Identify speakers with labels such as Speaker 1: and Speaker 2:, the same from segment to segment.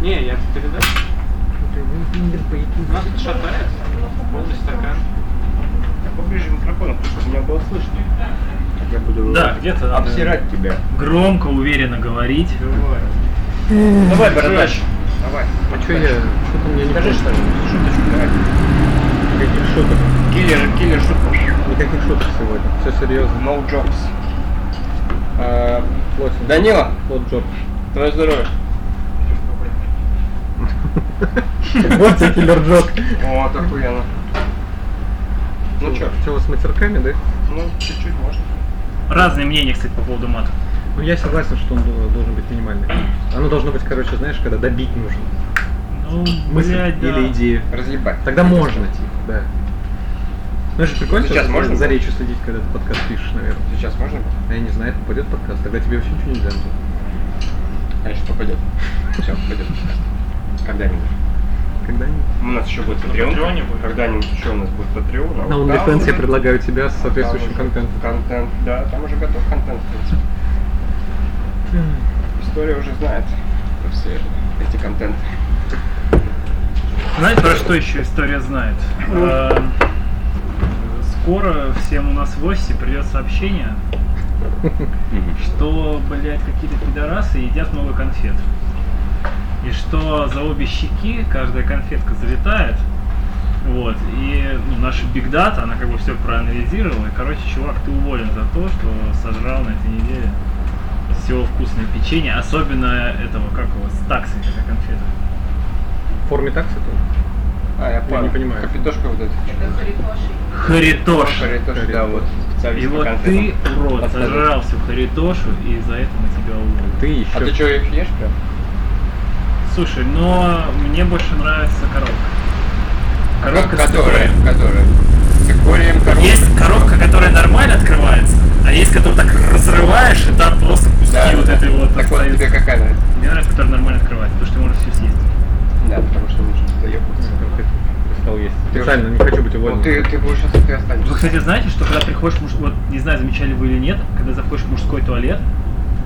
Speaker 1: Не, я передаю.
Speaker 2: Виндер по
Speaker 1: У нас тут шатается. Полный стакан.
Speaker 3: Я поближе к микрофону, чтобы меня было слышно. Я буду
Speaker 4: Да, где-то надо
Speaker 3: обсирать тебя.
Speaker 4: Громко, уверенно говорить.
Speaker 1: Давай.
Speaker 3: Давай, бородач. Давай.
Speaker 2: А что я? Что-то мне не
Speaker 3: Скажи
Speaker 2: кажется.
Speaker 3: что-нибудь. Шуточку давай.
Speaker 2: Никаких шуток.
Speaker 3: Киллер, киллер шутка.
Speaker 2: Никаких шуток сегодня. Все серьезно.
Speaker 3: No jokes.
Speaker 2: А, вот,
Speaker 3: Данила,
Speaker 2: вот джоб.
Speaker 3: твое здоровье.
Speaker 2: Вот тебе киллер джоб.
Speaker 3: Вот, охуенно. Ну чё,
Speaker 2: Что, вы с матерками, да?
Speaker 3: ну чуть-чуть можно.
Speaker 4: Разные мнения, кстати, по поводу мата.
Speaker 2: Ну я согласен, что он дол- должен быть минимальный. Оно должно быть, короче, знаешь, когда добить нужно.
Speaker 4: Ну,
Speaker 2: Мысль
Speaker 4: блядь, да.
Speaker 2: или идею.
Speaker 3: Разъебать.
Speaker 2: Тогда можно, типа, да. Ну это же прикольно,
Speaker 3: Сейчас
Speaker 2: что
Speaker 3: можно
Speaker 2: за
Speaker 3: было?
Speaker 2: речью следить, когда ты подкаст пишешь, наверное.
Speaker 3: Сейчас можно?
Speaker 2: А я не знаю, попадет подкаст, тогда тебе вообще ничего нельзя будет.
Speaker 3: Конечно, попадет. Все, попадет. Когда-нибудь.
Speaker 2: Когда-нибудь.
Speaker 3: У нас еще будет Патреон.
Speaker 4: Патреоне будет?
Speaker 3: Когда-нибудь еще у нас будет Патреон. а
Speaker 2: На
Speaker 3: вот там
Speaker 2: OnlyFans я
Speaker 3: уже-
Speaker 2: предлагаю тебя с соответствующим
Speaker 3: там уже
Speaker 2: контентом.
Speaker 3: Контент, да, там уже готов контент, в принципе. История уже знает про все эти контенты.
Speaker 4: Знаете, про что еще история знает? Э, Скоро всем у нас в офисе придет сообщение, что, блядь, какие-то пидорасы едят много конфет. И что за обе щеки каждая конфетка залетает. Вот, и ну, наша Big Data, она как бы все проанализировала. И, короче, чувак, ты уволен за то, что сожрал на этой неделе всего вкусное печенье, особенно этого, как его, с таксой, такая конфета.
Speaker 2: В форме таксы тоже?
Speaker 3: А, я
Speaker 2: не понимаю.
Speaker 3: Капитошка вот эта.
Speaker 4: Харитош.
Speaker 3: Харитош, да, вот.
Speaker 4: И
Speaker 3: Специалист по
Speaker 4: вот ты,
Speaker 3: контентам.
Speaker 4: урод,
Speaker 3: Подскажи.
Speaker 4: сожрал всю харитошу, и за это мы тебя уволим.
Speaker 2: Ты еще.
Speaker 3: А ты что, их ешь прям?
Speaker 4: Слушай, но мне больше нравится коробка. Коробка с
Speaker 3: которая,
Speaker 4: цикорием.
Speaker 3: которая. Цикорием коробка.
Speaker 4: Есть коробка, которая нормально открывается, а есть, которую так разрываешь, и там просто куски
Speaker 3: Да,
Speaker 4: вот
Speaker 3: да.
Speaker 4: этой вот
Speaker 3: Так вот, тебе
Speaker 4: остаются.
Speaker 3: какая нравится?
Speaker 4: Мне нравится, которая нормально открывается, потому что ты можешь все съесть.
Speaker 3: Да, потому что лучше заебываться.
Speaker 2: Стал есть. Специально, не хочу быть уволенным.
Speaker 3: Ну ты, ты будешь сейчас, ты
Speaker 4: Вы,
Speaker 3: останешься.
Speaker 4: кстати, знаете, что когда приходишь в муж... вот не знаю, замечали вы или нет, когда заходишь в мужской туалет,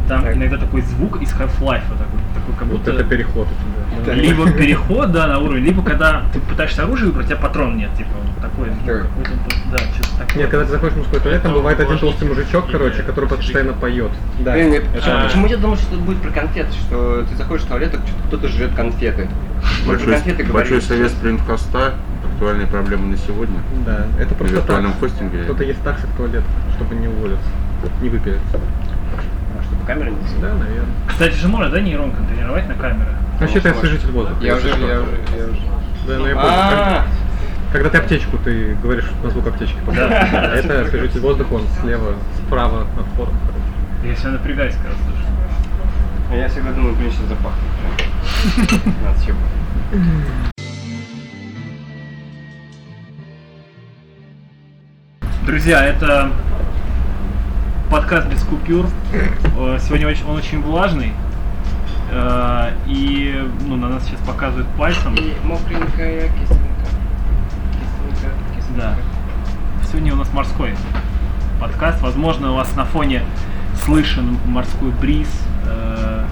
Speaker 4: там
Speaker 3: Так.
Speaker 4: иногда такой звук из Half-Life, вот такой, такой как
Speaker 2: Вот
Speaker 4: будто...
Speaker 2: это переход у тебя.
Speaker 3: Да.
Speaker 4: Либо переход, да, на уровень, либо когда ты пытаешься оружие выбрать, а патрон нет, типа, вот такой, ну,
Speaker 3: Так.
Speaker 4: какой-то, да, что-то такое.
Speaker 2: Нет, когда ты заходишь в мужской туалет, там
Speaker 4: Это
Speaker 2: бывает один
Speaker 4: положительно.
Speaker 2: толстый мужичок, короче, который постоянно поет. Да.
Speaker 3: Блин, я-
Speaker 2: это
Speaker 3: а,
Speaker 2: он.
Speaker 3: почему я думал, что это будет про конфеты, что ты заходишь в туалет, а чё-то кто-то жрет конфеты. Мы про
Speaker 5: Большой,
Speaker 3: конфеты говорили.
Speaker 5: большой совет принт-хоста. Актуальные проблемы на сегодня.
Speaker 2: Да, это
Speaker 5: При
Speaker 2: просто
Speaker 5: виртуальном
Speaker 2: такс.
Speaker 5: хостинге.
Speaker 2: Кто-то ест таксы в туалет, чтобы не уволиться. Не выпили.
Speaker 3: А что, по камере не
Speaker 2: Да, наверное.
Speaker 4: Кстати же можно, да, нейронкам тренировать на камеры?
Speaker 2: Вообще-то я
Speaker 3: Слушай.
Speaker 2: освежитель воздуха.
Speaker 3: Ну, Я уже,
Speaker 2: если что.
Speaker 3: я уже, я уже.
Speaker 2: Да, но я помню.
Speaker 3: А,
Speaker 2: Когда ты аптечку, ты говоришь на звук аптечки.
Speaker 4: Да.
Speaker 2: А Это освежитель воздуха, он слева, справа от входа.
Speaker 4: Я себя напрягаюсь, когда слышу.
Speaker 3: А я всегда думал, блин, сейчас запахнет. прям. Надо съебать.
Speaker 4: Друзья, это подкаст без купюр. Э, Сегодня очень- он очень влажный. Э, И ну, на нас сейчас показывают пальцем.
Speaker 3: И мокренькая кисленька. Кисленька,
Speaker 4: Да.
Speaker 3: кисленька.
Speaker 4: Сегодня у нас морской подкаст. Возможно, у вас на фоне слышен морской бриз, э,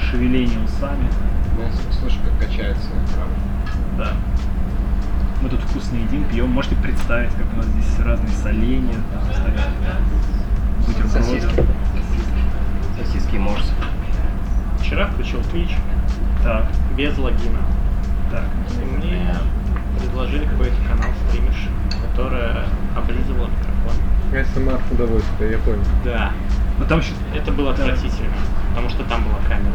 Speaker 4: шевеление усами.
Speaker 3: Ну, я Слышу, как качается правда.
Speaker 4: Да. Мы тут вкусно едим, пьем. Можете представить, как у нас здесь разные соленья там стоят. Бутерброды.
Speaker 3: Сосиски. Сосиски и морс.
Speaker 6: Вчера включил Twitch
Speaker 4: Так,
Speaker 6: без логина.
Speaker 4: так.
Speaker 6: И мне предложили какой-то канал стримерши, которая облизывала микрофон.
Speaker 2: СМР удовольствие, я понял.
Speaker 6: Да.
Speaker 4: Ну там еще...
Speaker 6: Это было отвратительно, потому что там была камера.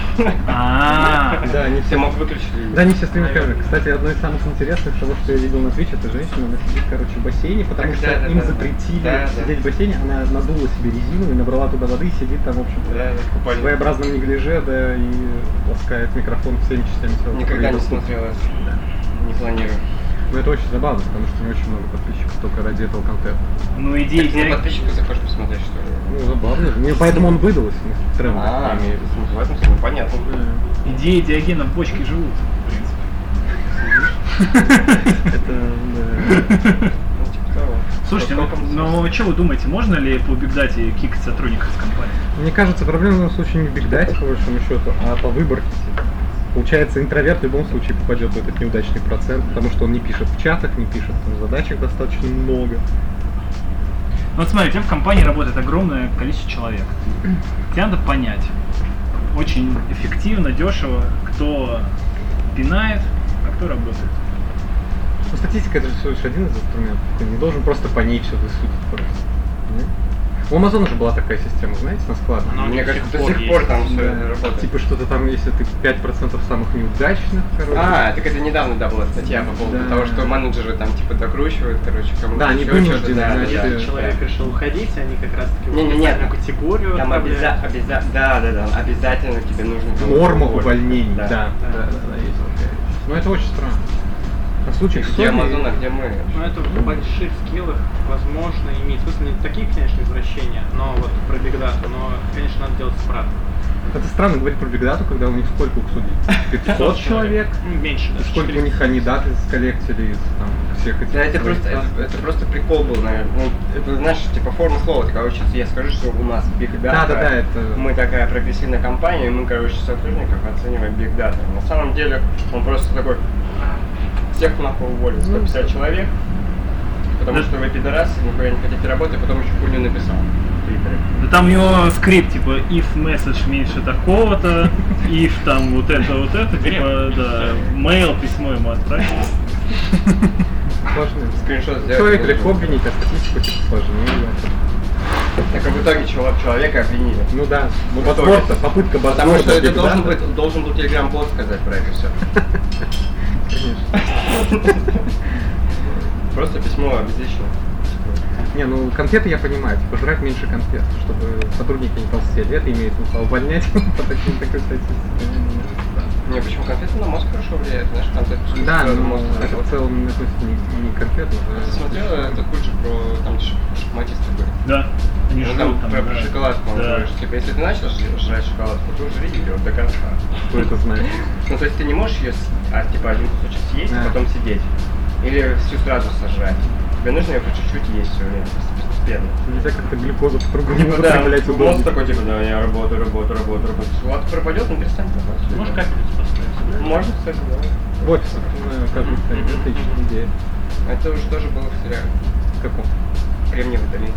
Speaker 4: А,
Speaker 2: Да, они
Speaker 3: Все
Speaker 2: все
Speaker 3: мог выключили.
Speaker 2: Да, они все стримят камеры. Кстати, одно из самых интересных того, что я видел на Twitch, это женщина, она сидит, короче, в бассейне, потому
Speaker 3: Так,
Speaker 2: что
Speaker 3: да, да,
Speaker 2: им
Speaker 3: да, да.
Speaker 2: запретили
Speaker 3: Да, да.
Speaker 2: сидеть в бассейне, она надула себе резину и набрала туда воды и сидит там, в общем,
Speaker 3: Да, да,
Speaker 2: в
Speaker 3: купальник.
Speaker 2: своеобразном неглиже, да, и ласкает микрофон всеми частями своего
Speaker 3: Никогда
Speaker 2: тела.
Speaker 3: не смотрел это. Не планирую.
Speaker 2: Но это очень забавно, потому что не очень много подписчиков только ради этого контента.
Speaker 4: ну
Speaker 3: Ты
Speaker 4: иди,
Speaker 3: не
Speaker 4: иди.
Speaker 3: подписчиков захочешь посмотреть, что ли?
Speaker 2: Ну, забавно. Мне поэтому он выдался, в смысле, тренд.
Speaker 3: А, в этом смысле, ну, понятно.
Speaker 4: Идеи Диогена почки живут, в принципе.
Speaker 2: Это, да.
Speaker 3: Ну, типа того.
Speaker 4: Слушайте, ну, ну что вы думаете, можно ли по бигдате кикать сотрудников из компании?
Speaker 2: Мне кажется, проблема в данном случае не в бигдате, по большому счету, а по выборке. Получается, интроверт в любом случае попадет в этот неудачный процент, потому что он не пишет в чатах, не пишет там задачек достаточно много.
Speaker 4: Ну, вот смотри, у тебя в компании работает огромное количество человек. Тебе надо понять очень эффективно, дешево, кто пинает, а кто работает.
Speaker 2: Ну, статистика это же всего лишь один из инструментов. Ты не должен просто по ней все высудить просто. Нет? У Амазона же была такая система, знаете, на складах.
Speaker 6: Но
Speaker 3: Мне
Speaker 6: до
Speaker 3: кажется,
Speaker 6: сих
Speaker 3: ну, до
Speaker 6: пор
Speaker 3: сих
Speaker 6: есть.
Speaker 3: пор там все
Speaker 2: Да,
Speaker 3: это работает.
Speaker 2: Типа что-то там, если ты 5% самых неудачных, короче.
Speaker 3: А, так это недавно, да, была статья по поводу
Speaker 2: Да.
Speaker 3: того, что менеджеры там типа докручивают, короче, кому
Speaker 2: Да, они вынуждены, значит,
Speaker 3: да,
Speaker 2: э,
Speaker 3: да,
Speaker 6: человек решил уходить, они как раз таки
Speaker 3: Не-не-не,
Speaker 6: указали
Speaker 3: там-
Speaker 6: категорию
Speaker 3: Там
Speaker 6: отправляют.
Speaker 3: обяза- обяза- да, да, да, обязательно тебе нужно... было
Speaker 2: Норма
Speaker 3: уволить.
Speaker 2: увольнений, да.
Speaker 3: Да.
Speaker 2: Да, да, да, есть такая вещь. Но это очень странно. А в случае
Speaker 3: Где Амазон, а где мы?
Speaker 6: Но это в больших скиллах, возможно, имеет смысл. Не такие, конечно, извращения, но вот про бигдату, но, конечно, надо делать справку.
Speaker 2: Это странно говорить про бигдату, когда у них сколько их судей? 500 человек?
Speaker 6: М, Меньше,
Speaker 2: И
Speaker 6: даже.
Speaker 2: сколько у них они даты сколлектили из там, всех этих...
Speaker 3: Да, это
Speaker 2: своих
Speaker 3: просто, это,
Speaker 2: дат?
Speaker 3: это просто прикол был, наверное. Ну, это, знаешь, типа форма слова. Ты, короче, я скажу, что у нас Big Data.
Speaker 2: Да-да-да, это-
Speaker 3: Мы такая прогрессивная компания, и мы, короче, сотрудников оцениваем Big Data. На самом деле, он просто такой... Всех нахуй
Speaker 2: Ну,
Speaker 3: уволил, 150 человек. Потому
Speaker 4: Да.
Speaker 3: что вы пидорасы, никуда не хотите работать, а потом еще хуйню написал. в Твиттере.
Speaker 4: Да там у него скрипт, типа, if message меньше такого-то, if там вот это, вот это, типа, да, mail, письмо ему отправь.
Speaker 2: Сложно.
Speaker 3: Скриншот сделать.
Speaker 2: Человек легко обвинить, а статистику типа сложнее.
Speaker 3: Так а в итоге чела- человека обвинили.
Speaker 2: Ну да, ну,
Speaker 3: В
Speaker 2: ботворта,
Speaker 3: итоге.
Speaker 2: попытка ботворта.
Speaker 3: Потому что это
Speaker 2: Big
Speaker 3: должен
Speaker 2: Data.
Speaker 3: был, должен был телеграм-пост сказать про это все.
Speaker 2: Конечно.
Speaker 3: Просто письмо обезлично.
Speaker 2: Не, ну конфеты я понимаю, типа жрать меньше конфет, чтобы сотрудники не толстели. Это имеет смысл а увольнять по таким такой статистике.
Speaker 3: Не, почему конфеты на мозг хорошо влияют, знаешь, концепт
Speaker 2: Да, ну,
Speaker 3: сразу
Speaker 2: но
Speaker 3: мозг
Speaker 2: это в
Speaker 3: работает.
Speaker 2: целом не относится не, не к конфетам, а-
Speaker 3: Ты смотрела этот кульчик про там ш- шахматисты были?
Speaker 4: Да, они
Speaker 3: Ну,
Speaker 4: жрут
Speaker 3: там, про, про
Speaker 4: да.
Speaker 3: шоколадку он
Speaker 4: Да.
Speaker 3: говорит, что, типа, если ты начал ж- жрать шоколадку, то жри ее до конца.
Speaker 2: Что это значит?
Speaker 3: Ну, то есть ты не можешь ее, а типа один кусочек съесть,
Speaker 2: Да.
Speaker 3: а потом сидеть. Или всю сразу сожрать. Тебе нужно ее по чуть-чуть есть все время, пос- постепенно.
Speaker 2: Нельзя как-то глюкозу в кругу не
Speaker 3: Ну да,
Speaker 2: употреблять
Speaker 3: мозг
Speaker 2: удобно.
Speaker 3: такой, типа, да, я работаю, работаю, работаю, работаю. ну, Шоколадка пропадет, он перестанет работать.
Speaker 6: Можешь капельницу поставить?
Speaker 3: Можно, кстати, да.
Speaker 2: В офисах, не знаю, как это отличная идея.
Speaker 3: Это уже тоже было в сериале.
Speaker 2: В каком?
Speaker 3: Кремниевый долин.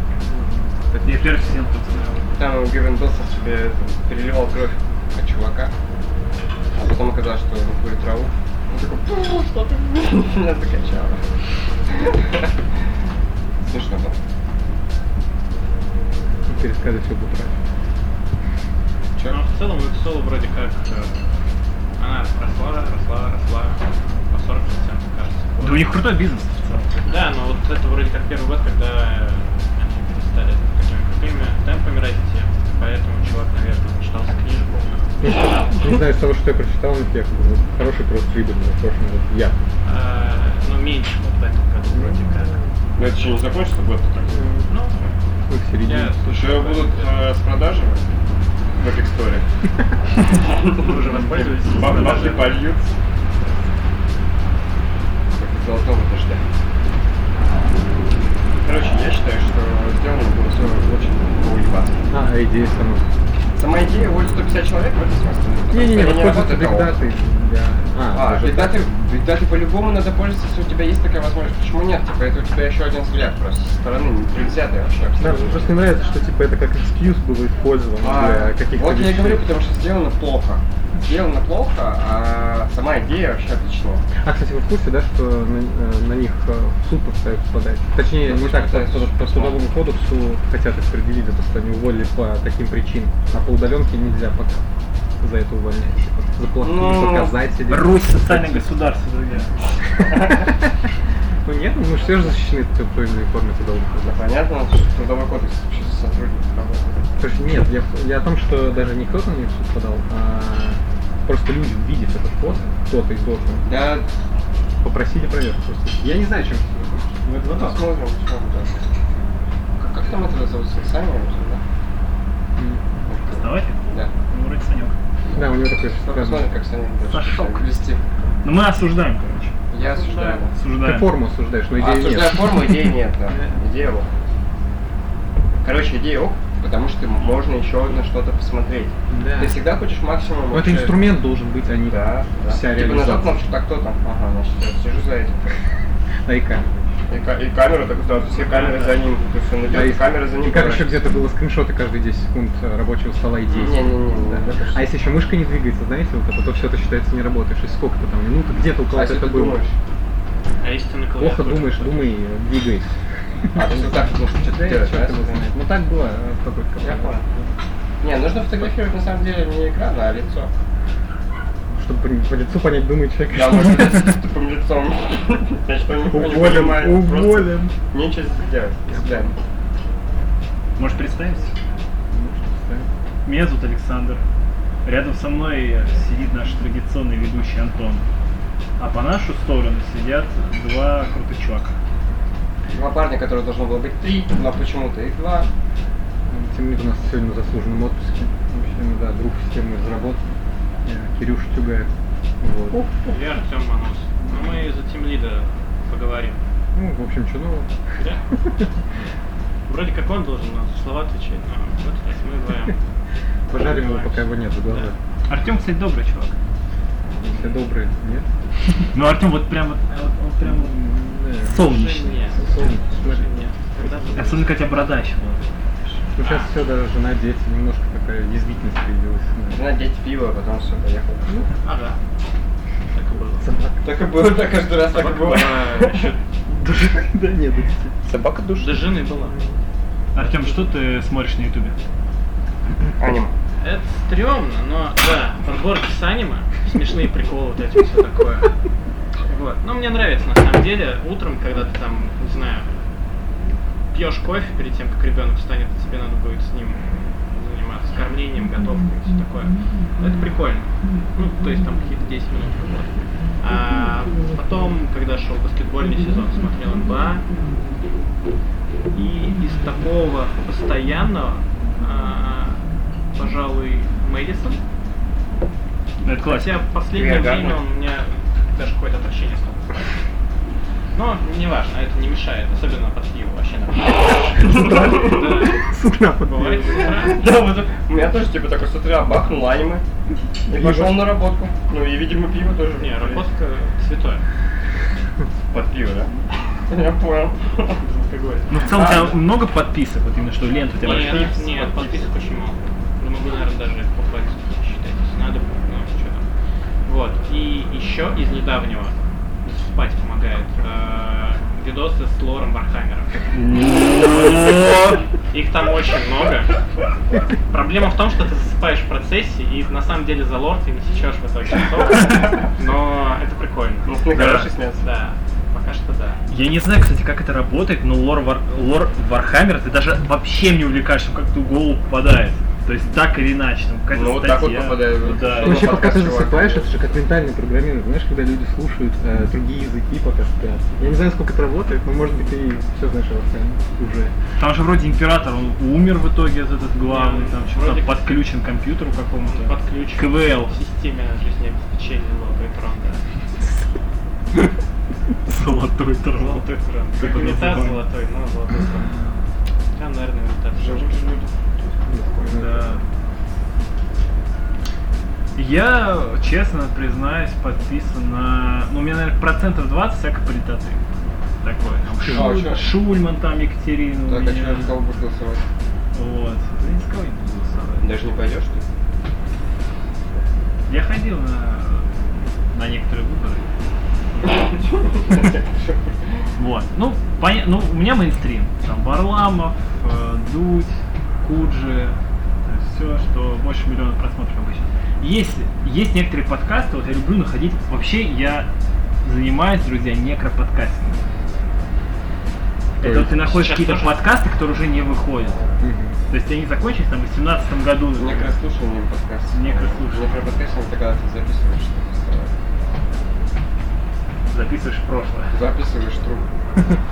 Speaker 4: Я первый сезон посмотрел.
Speaker 3: Там Гевин Доссел себе это, переливал кровь от чувака, а потом оказалось, что он курит траву. Он такой, «Пф, ну что ты? Меня закачало. Смешно было.
Speaker 2: Пересказывать все утра.
Speaker 3: Чё?
Speaker 6: Но Ну, а в целом Excel вроде как э, она росла, росла, росла по 40%, кажется.
Speaker 4: Да у них крутой бизнес в целом.
Speaker 6: Да, но вот это вроде как первый год, когда э, они перестали такими крутыми темпами расти, поэтому чувак, наверное, читался книжку.
Speaker 2: Не знаю, из того, что я прочитал, но я ну, хороший просто прибыль в прошлом году. Я.
Speaker 6: Э, Ну, меньше вот в этом году вроде как.
Speaker 3: Ну это еще не закончится год-то так?
Speaker 6: Ну,
Speaker 2: Ну, в середине.
Speaker 6: я
Speaker 3: Еще будут э, с продажами в Epic Store.
Speaker 6: Мы уже воспользовались.
Speaker 3: Баб- Бабки польются. Как из золотого дождя. Короче, я считаю, что сделано было все очень поуебаться.
Speaker 2: А, идея сама.
Speaker 3: Сама идея уволить 150 человек в это смысле.
Speaker 2: Не-не-не, воспользуйся
Speaker 3: работает
Speaker 2: бигдатой. для-
Speaker 3: А,
Speaker 2: даже
Speaker 3: бигдаты,
Speaker 2: так.
Speaker 3: бигдаты по-любому надо пользоваться, если у тебя есть такая возможность. Почему нет? Типа, это у тебя еще один взгляд просто со стороны, нельзя вообще
Speaker 2: Да, мне
Speaker 3: абсолютно.
Speaker 2: просто не нравится, что типа это как экскьюз было использовано
Speaker 3: А,
Speaker 2: для каких-то
Speaker 3: вот я и
Speaker 2: вещей.
Speaker 3: говорю, потому что сделано плохо. Сделано плохо, а сама идея вообще отличная.
Speaker 2: А, кстати, вы в курсе, да, что на, э, на них э, в суд попытаются подать? Точнее,
Speaker 3: Ну,
Speaker 2: не
Speaker 3: пусть
Speaker 2: так,
Speaker 3: пытаются.
Speaker 2: потому что по судовому кодексу хотят распределить за то, что они уволили по таким причинам. А по удаленке нельзя пока за это увольнять. Типа, За плохие
Speaker 3: Ну,
Speaker 2: показатели.
Speaker 4: Русь социальное государство, друзья.
Speaker 2: Ну нет, мы все же защищены в той- той или иной форме трудового
Speaker 3: Да,
Speaker 2: кодекса.
Speaker 3: понятно, что трудовой кодекс вообще сотрудников работает.
Speaker 2: То есть нет, я, я о том, что даже не кто-то на них в суд подал, а просто люди, увидев этот пост, кто-то из должных,
Speaker 3: Да,
Speaker 2: попросили проверку. просто. Я не знаю, чем это закончится. Ну, это вопрос.
Speaker 3: посмотрим, что там дальше. Как, как там это зовут? Сами вообще,
Speaker 2: М.
Speaker 3: да?
Speaker 4: Вставайте.
Speaker 3: Да.
Speaker 4: Ну, вроде Санек.
Speaker 2: Да, у него
Speaker 3: Ну,
Speaker 2: такой
Speaker 3: Посмотрим,
Speaker 2: шикарный.
Speaker 3: как Саня дальше
Speaker 4: Пошёл.
Speaker 3: вести.
Speaker 4: Ну, мы осуждаем, короче.
Speaker 3: Я осуждаю.
Speaker 2: Ты
Speaker 4: Осуждаем.
Speaker 2: форму осуждаешь, но идею
Speaker 3: А Осуждаю
Speaker 2: нет.
Speaker 3: форму, идеи нет, да. Идея ок. Короче, идея ок, потому что можно еще на что-то посмотреть.
Speaker 2: Да.
Speaker 3: Ты всегда хочешь максимум.
Speaker 2: Но это
Speaker 3: вообще-
Speaker 2: инструмент должен быть, а не
Speaker 3: Да, да. типа
Speaker 2: вся
Speaker 3: нажал
Speaker 2: реализация.
Speaker 3: кнопочку, так кто там? Ага, значит, я сижу за этим.
Speaker 2: Айка.
Speaker 3: И, ка- и камера, так сразу все камеры за ним, то есть он идет,
Speaker 2: А
Speaker 3: и
Speaker 2: если-
Speaker 3: камера за ним.
Speaker 2: И короче,
Speaker 3: прячется.
Speaker 2: где-то было скриншоты каждые 10 секунд э, рабочего стола и действий.
Speaker 3: Не-не-не,
Speaker 2: Да.
Speaker 3: это ж-
Speaker 2: А если еще мышка не двигается, знаете, вот это, то все это считается не работаешь. И сколько-то там минут, где-то у
Speaker 3: А
Speaker 2: кого-то
Speaker 3: если
Speaker 2: это
Speaker 3: ты
Speaker 2: было.
Speaker 3: думаешь?
Speaker 6: А если ты на
Speaker 2: Плохо
Speaker 6: клавиатуре
Speaker 2: думаешь,
Speaker 6: что-то?
Speaker 2: думай, э, двигайся.
Speaker 3: А, то есть вот так вот нужно что-то
Speaker 2: Да,
Speaker 3: делать,
Speaker 2: чёрт
Speaker 3: да?
Speaker 2: его знает. Ну так было э, в какой-то
Speaker 3: Я
Speaker 2: компании.
Speaker 3: понял. Не, нужно фотографировать на самом деле не экран, а лицо.
Speaker 2: Чтобы по- по лицу понять, думает человек,
Speaker 3: Да,
Speaker 2: что
Speaker 3: может быть,
Speaker 2: он-
Speaker 3: с тупым лицом. Я что-нибудь не
Speaker 2: Уволим,
Speaker 3: понимаю. просто
Speaker 2: уволим.
Speaker 3: Нечего сделать. До свидания.
Speaker 4: Может представиться? Меня зовут Александр. Рядом со мной сидит наш традиционный ведущий Антон. А по нашу сторону сидят два крутых чувака.
Speaker 3: Два парня, которых должно было быть три, но почему-то их два.
Speaker 2: Тимур у нас сегодня на заслуженном отпуске. В общем, да, друг системы разработки. Э, Кирюша Тюгаев. Вот.
Speaker 6: Я Артем Манус. Ну мы за Team Leader поговорим.
Speaker 2: Ну, в общем, что нового.
Speaker 6: Да? Вроде как он должен на слова отвечать, но вот сейчас мы вдвоем.
Speaker 2: Пожарим его, пока его нет в глазах.
Speaker 4: Артем, кстати, добрый чувак.
Speaker 2: Все добрые, нет? Ну,
Speaker 4: Ну Артем вот прям вот, вот он прям вот
Speaker 6: Уже
Speaker 4: солнечный.
Speaker 6: нет. Уже
Speaker 2: Солнечный.
Speaker 6: нет. Когда
Speaker 3: А
Speaker 6: было?
Speaker 4: Особенно, когда борода еще была.
Speaker 2: Ну, сейчас все, даже жена, дети, немножко такая язвительность появилась. да.
Speaker 3: Жена деть пиво, а потом все, поехал.
Speaker 6: Ага. Так и было.
Speaker 3: Так и было, так каждый раз так и
Speaker 6: Собака
Speaker 3: было.
Speaker 6: была еще
Speaker 2: Да типа, нет, да,
Speaker 3: Собака душ.
Speaker 6: до жены была.
Speaker 4: Артем, что ты смотришь на Ютубе?
Speaker 3: Аниме.
Speaker 6: Это стрёмно, но да, подборки с аниме, смешные приколы, вот эти все такое. Вот. Но мне нравится на самом деле, утром, когда ты там, не знаю, пьешь кофе перед тем, как ребенок встанет, и тебе надо будет с ним заниматься кормлением, готовкой, все такое. Это прикольно. Ну, то есть там какие-то 10 минут. Вот. А потом, когда шел баскетбольный сезон, смотрел НБА, и из такого постоянного, а, пожалуй, Мэдисон.
Speaker 4: Ну, Это
Speaker 6: Хотя
Speaker 4: классика.
Speaker 6: в последнее
Speaker 3: Книга
Speaker 6: время
Speaker 3: Гарна.
Speaker 6: он у меня даже какое-то отвращение стало. Но не важно, это не мешает, особенно под пиво вообще нормально.
Speaker 2: С утра
Speaker 6: Да,
Speaker 2: подбивает.
Speaker 6: Бывает с утра.
Speaker 3: Да, вот это- у меня тоже типа такой с утра бахнул аниме. И пошел на работку. Ну и, видимо, пиво тоже.
Speaker 6: Не, работка святое.
Speaker 3: Под пиво, да? Я понял.
Speaker 4: Ну, в целом, у тебя много подписок, вот именно что лент у тебя большая?
Speaker 6: А. Нет, нет, подписок очень мало. Ну, Не могу, наверное, даже по пальцам считать. если Надо, ну, что там. Вот. И еще из недавнего спать помогает э, видосы с лором Вархаммера. Их там очень много. Проблема в том, что ты засыпаешь в процессе и на самом деле за лорд и не сечешь в итоге. Но это прикольно.
Speaker 3: Ну, мне
Speaker 4: Да.
Speaker 3: хорошо снятся.
Speaker 6: Да, пока что да.
Speaker 4: Я не знаю, кстати, как это работает, но лор, Вар... лор Вархаммера ты даже вообще не увлекаешься, как ты в голову попадает. То есть так или иначе, там какая-то
Speaker 3: Ну, вот
Speaker 4: статья.
Speaker 3: так вот попадает.
Speaker 4: Да.
Speaker 3: Ну,
Speaker 2: Вообще, пока ты
Speaker 3: подкаст, чувак.
Speaker 2: засыпаешь, это же как ментальное программирование. Знаешь, когда люди слушают э, другие языки, пока спят. Я не знаю, сколько это работает, но, может быть, ты все знаешь о Вархаммере уже.
Speaker 4: Там же вроде император, он умер в итоге, этот, этот главный, там что-то
Speaker 6: Вроде как-
Speaker 4: подключен к компьютеру какому-то.
Speaker 6: Подключен
Speaker 4: КВЛ.
Speaker 6: к системе жизнеобеспечения Золотой Трон, да.
Speaker 4: Золотой трон.
Speaker 6: Золотой Трон.
Speaker 4: Как
Speaker 6: Как
Speaker 4: он
Speaker 6: унитаз
Speaker 4: называется?
Speaker 6: золотой, но Золотой Трон. Там, наверное, унитаз.
Speaker 4: Да. Я, честно признаюсь, подписан на... Ну, у меня, наверное, процентов 20 всякой политоты. Такое. Там Шу-
Speaker 3: А, чё?
Speaker 4: Шульман, там Екатерина у
Speaker 3: Так, а
Speaker 4: меня.
Speaker 3: что, за кого будешь голосовать?
Speaker 4: Вот. Да ни за кого не буду голосовать.
Speaker 3: Даже не пойдешь, что ли?
Speaker 4: Я ходил на, на некоторые выборы. Вот. Ну, поня- ну, у меня мейнстрим. Там Варламов, э, Дудь, Куджи, все, что больше миллиона просмотров обычно. Есть, есть некоторые подкасты, вот я люблю находить. Вообще я занимаюсь, друзья, некроподкастингом.
Speaker 2: То
Speaker 4: Это вот
Speaker 2: есть
Speaker 4: ты находишь
Speaker 6: сейчас
Speaker 4: какие-то
Speaker 6: тоже?
Speaker 4: подкасты, которые уже не выходят. То есть они закончились там в 2018 году.
Speaker 3: Мне как раз слушал мне подкаст.
Speaker 4: Некрослушание.
Speaker 3: Мне про подкаст это когда ты записываешь что-то.
Speaker 4: Записываешь прошлое.
Speaker 3: Записываешь трубку.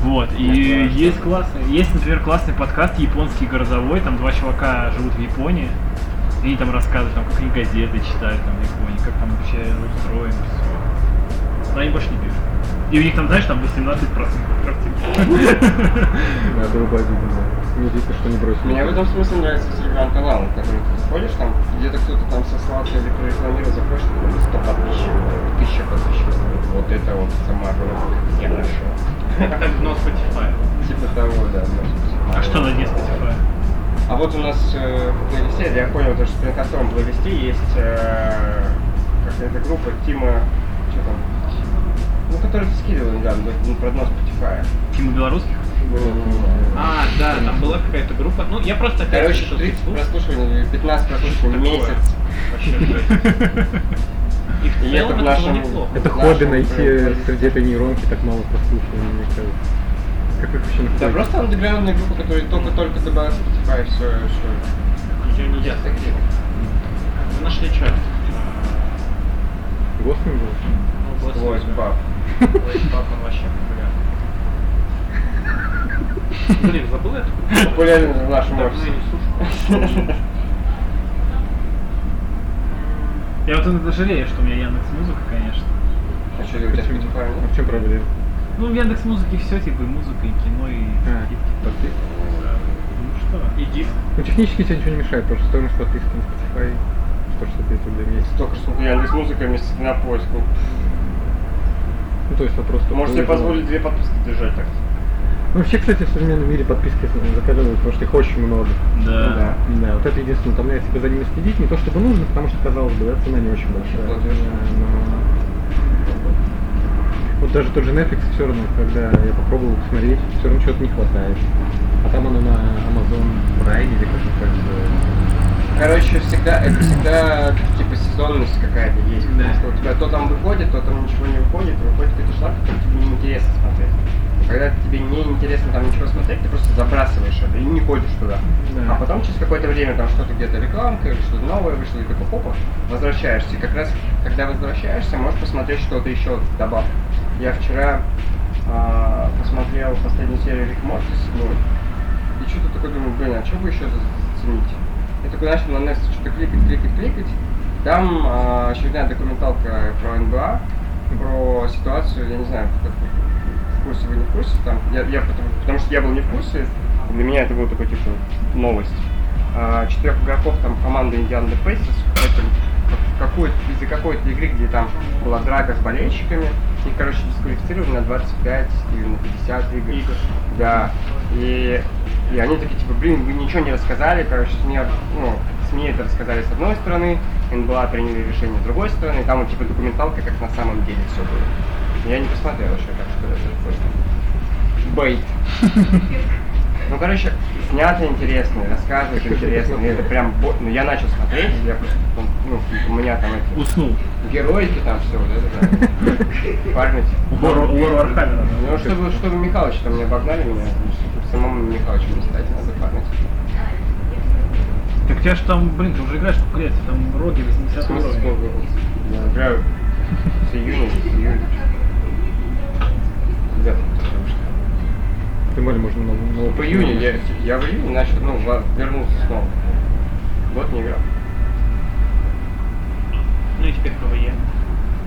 Speaker 4: Вот, и
Speaker 3: Прекрасно.
Speaker 4: есть классный, есть, например, классный подкаст «Японский городовой», там два чувака живут в Японии, и они там рассказывают, там, как они газеты читают там в Японии, как там вообще устроено все. но они больше не пишут. И у них там, знаешь, там 18 практически.
Speaker 2: Надо выводить, да. Не видно, что не бросили.
Speaker 3: Мне в этом смысле нравится телеграм-канал, в который ты заходишь, там где-то кто-то там сослался или прорекламировал, заходишь, там 100 подписчиков, 1000 подписчиков. Вот это вот самооборона, я нашел.
Speaker 6: Как дно Spotify.
Speaker 3: Типа того, да. может.
Speaker 4: А что на дне Spotify?
Speaker 3: А вот у нас э, в плейлисте, я понял, то, что в Пинкастовом плейлисте есть э, какая-то группа Тима, что там, ну, который ты скидывал недавно, ну, про дно Spotify.
Speaker 4: Тима белорусских?
Speaker 6: А, да, там была какая-то группа. Ну, я просто опять
Speaker 3: Короче,
Speaker 6: слышал
Speaker 3: 30
Speaker 6: Facebook.
Speaker 3: прослушиваний или 15 прослушиваний в
Speaker 6: Такое.
Speaker 3: месяц.
Speaker 6: Вообще, жесть. И в
Speaker 3: И это в
Speaker 6: целом это было
Speaker 3: нашем...
Speaker 6: неплохо.
Speaker 2: Это
Speaker 3: в
Speaker 2: хобби
Speaker 3: нашем
Speaker 2: найти
Speaker 3: плейлисте.
Speaker 2: среди этой нейронки так мало прослушиваний, мне кажется. Как их вообще
Speaker 3: Да
Speaker 2: находить?
Speaker 3: просто андеграундная группа, которая только-только добавила Spotify, все, что...
Speaker 6: Я не ясно. Мы нашли чат. А,
Speaker 2: Гост не был?
Speaker 6: Ну, Black
Speaker 3: Лойс
Speaker 6: Sabbath.
Speaker 3: Баб.
Speaker 6: Black Sabbath, он вообще популярный. Блин, забыл это?
Speaker 3: Популярен в нашем
Speaker 6: Давно я
Speaker 3: офисе.
Speaker 6: не слушал.
Speaker 4: Я вот иногда жалею, что у меня Яндекс Музыка, конечно.
Speaker 3: А что, у тебя Spotify
Speaker 2: А в чем проблема?
Speaker 4: Ну, в Яндекс Музыке все, типа, и музыка, и кино, и
Speaker 2: А.
Speaker 4: скидки.
Speaker 2: Подписка?
Speaker 4: Ну что?
Speaker 6: И диск.
Speaker 2: Ну, технически тебе ничего не мешает, потому что стоимость подписки на Spotify 165 рублей в месяц.
Speaker 3: Только что Яндекс Музыка вместе с Кинопоиском.
Speaker 2: Ну, то есть вопрос...
Speaker 3: Ты можешь себе позволить две подписки держать так.
Speaker 2: Ну, вообще, кстати, в современном мире подписки заказывают, потому что их очень много.
Speaker 4: Да.
Speaker 2: Да, вот это единственное, там если бы за ними следить, не то чтобы нужно, потому что, казалось бы, да, цена не очень большая.
Speaker 3: Да,
Speaker 2: Да,
Speaker 3: конечно.
Speaker 2: но- Вот даже тот же Netflix все равно, когда я попробовал посмотреть, все равно чего-то не хватает. А там оно на Amazon Prime или как это называется.
Speaker 3: Короче, всегда, это всегда типа сезонность какая-то есть. Потому что у тебя то там выходит, то там ничего не выходит, выходит какой-то шлак, который тебе неинтересно смотреть. Когда тебе не интересно там ничего смотреть, ты просто забрасываешь это и не ходишь туда.
Speaker 2: Да.
Speaker 3: А потом через какое-то время там что-то где-то рекламка или что-то новое вышло, и такой опа, возвращаешься. И как раз, когда возвращаешься, можешь посмотреть что-то еще добавок. Я вчера а, посмотрел последнюю серию Рик Мортис, ну, и что-то такое думаю, блин, а что бы еще за- заценить? Я такой начал на Nest что-то кликать, кликать, кликать. Там а, очередная документалка про НБА, про ситуацию, я не знаю, как- в курсе вы не в курсе, там, я, я потому, потому что я был не в курсе, для меня это было такой, типа, новость. А, четырех игроков там команды Индианы Пейсерс, какой-то, из-за какой-то игры, где там была драка с болельщиками, их, короче, дисквалифицировали на 25 или на 50 игр.
Speaker 6: Игр.
Speaker 3: Да. И, и они такие, типа, блин, вы ничего не рассказали, короче, СМИ, ну, СМИ это рассказали с одной стороны, НБА приняли решение с другой стороны, там, вот, типа, документалка, как на самом деле все было. Я не посмотрел еще, так что это просто бейт. Ну, короче, снято интересно, рассказывают интересно, и это прям, бо- ну, я начал смотреть, я просто, потом, ну, у меня там эти
Speaker 4: Уснул.
Speaker 3: героики там все, да, да, да. память.
Speaker 4: Лор Лор Вархаммера.
Speaker 3: Ну, чтобы, чтобы Михалыч там не обогнали меня, чтобы самому Михалычу не стать, надо память.
Speaker 4: Так тебя ж там, блин, ты уже играешь сколько лет, тебе там роги 80 уровня.
Speaker 3: Я играю с июня, с июля. Да, потому что-
Speaker 2: Тем более можно на, на
Speaker 3: В июне, я, я в июне начал, ну, ва- вернулся снова. Год не играл.
Speaker 6: Ну и теперь КВЕ.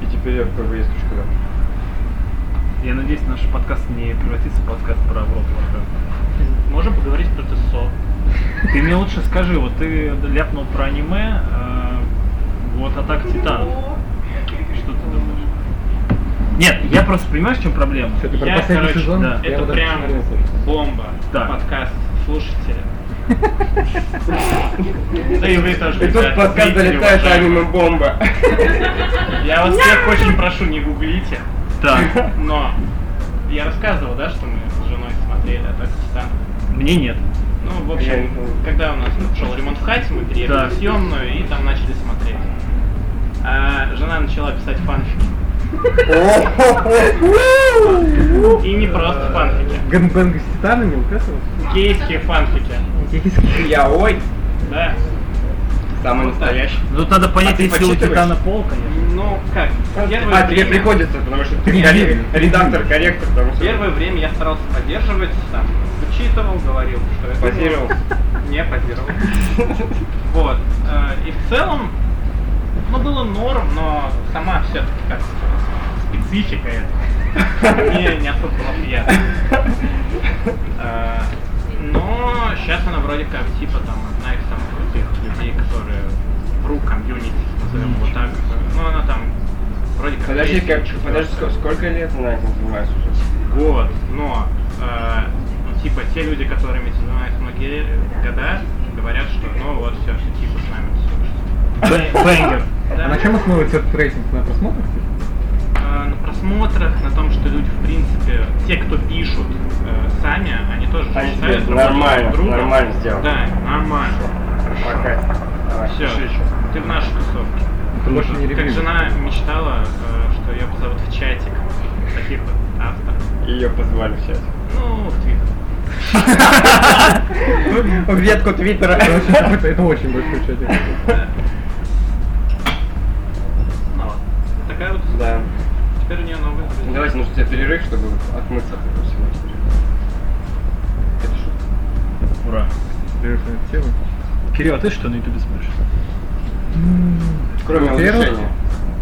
Speaker 3: И теперь я в КВС да.
Speaker 4: Я надеюсь, наш подкаст не превратится в подкаст про World of Warcraft.
Speaker 6: Можем поговорить про ТСО.
Speaker 4: Ты мне лучше скажи, вот ты ляпнул про аниме, э, вот Атака Титанов. Что ты думаешь? Нет, я просто понимаешь, в чем проблема?
Speaker 2: Что, ты про
Speaker 6: Я,
Speaker 2: последний
Speaker 6: короче,
Speaker 2: сезон?
Speaker 4: да.
Speaker 2: Я
Speaker 6: Это
Speaker 2: вот
Speaker 6: прям
Speaker 2: даже не смотрел.
Speaker 6: бомба.
Speaker 4: Да.
Speaker 6: Подкаст. Слушайте. Да и вы тоже,
Speaker 3: И тут
Speaker 6: ребят,
Speaker 3: подкаст
Speaker 6: зрители,
Speaker 3: залетает
Speaker 6: уважаемые.
Speaker 3: аниме-бомба.
Speaker 6: Я вас всех очень прошу, не гуглите.
Speaker 4: Так,
Speaker 6: Но я рассказывал, да, что мы с женой смотрели «Атаку Титанов».
Speaker 4: мне нет.
Speaker 6: Ну, в
Speaker 3: Я не помню.
Speaker 6: общем, когда у нас шел ремонт в хате, мы переехали
Speaker 4: Да.
Speaker 6: в съемную и там начали смотреть. А жена начала писать фанфики. И не просто
Speaker 3: Э,
Speaker 6: фанфики.
Speaker 2: Гэнгбэнг с титанами у Кэссела?
Speaker 6: Гейские фанфики.
Speaker 3: Я ой,
Speaker 6: Да.
Speaker 3: самый настоящий.
Speaker 4: Ну, Тут надо понять,
Speaker 3: А ты
Speaker 4: есть ли у
Speaker 3: почитываешь?
Speaker 4: Титана пол, конечно.
Speaker 6: Ну, как? Первое
Speaker 3: А, тебе
Speaker 6: время-
Speaker 3: приходится, потому что ты
Speaker 2: Ты
Speaker 3: коррек-
Speaker 2: видишь.
Speaker 3: редактор, корректор, потому что...
Speaker 6: Первое время я старался поддерживать, там, вычитывал, говорил, что это...
Speaker 3: Позировал.
Speaker 6: Не позировал. Вот. э, И в целом, ну, было норм, но сама все-таки как специфика этого. Мне не особо было приятно. Э, Но сейчас она вроде как типа там одна из самых крутых людей, которые вру комьюнити, назовем вот так. Ну она там вроде как...
Speaker 3: Подожди,
Speaker 6: третья,
Speaker 3: как,
Speaker 6: четвертая.
Speaker 3: подожди, ск- сколько лет она этим занимается уже?
Speaker 6: год, но э, ну, типа те люди, которыми занимаются многие года, говорят, что ну вот все, типа с нами все.
Speaker 4: Бэ- Бэнгер.
Speaker 2: А на чем основывается этот рейтинг? На просмотрах?
Speaker 6: Э, на просмотрах, на том, что люди, в принципе, те, кто пишут э, сами, они тоже
Speaker 3: Они
Speaker 6: читают,
Speaker 3: тебе
Speaker 6: работают
Speaker 3: нормально,
Speaker 6: друг с другом.
Speaker 3: нормально сделали.
Speaker 6: Да, нормально.
Speaker 3: Пока. Давай,
Speaker 6: Все,
Speaker 3: пиши ещё.
Speaker 6: ты в нашей тусовке.
Speaker 2: Это больше не
Speaker 6: Как
Speaker 2: ревью.
Speaker 6: жена мечтала, э, что ее позовут в чатик таких вот авторов.
Speaker 3: Ее позвали в чат.
Speaker 6: Ну, в Твиттер.
Speaker 3: В ветку твиттера.
Speaker 2: Это очень- это- Это очень большой чатик.
Speaker 6: Ну, ладно. такая вот
Speaker 3: Да.
Speaker 6: Теперь у нее новый друзья.
Speaker 3: Давайте, нужно тебе перерыв, чтобы отмыться от этого всего. Это шутка.
Speaker 4: Ура.
Speaker 2: Интересная тема.
Speaker 4: Кирилл, а ты что на ютубе смотришь?
Speaker 3: Кроме
Speaker 2: Во-первых,
Speaker 3: удушения.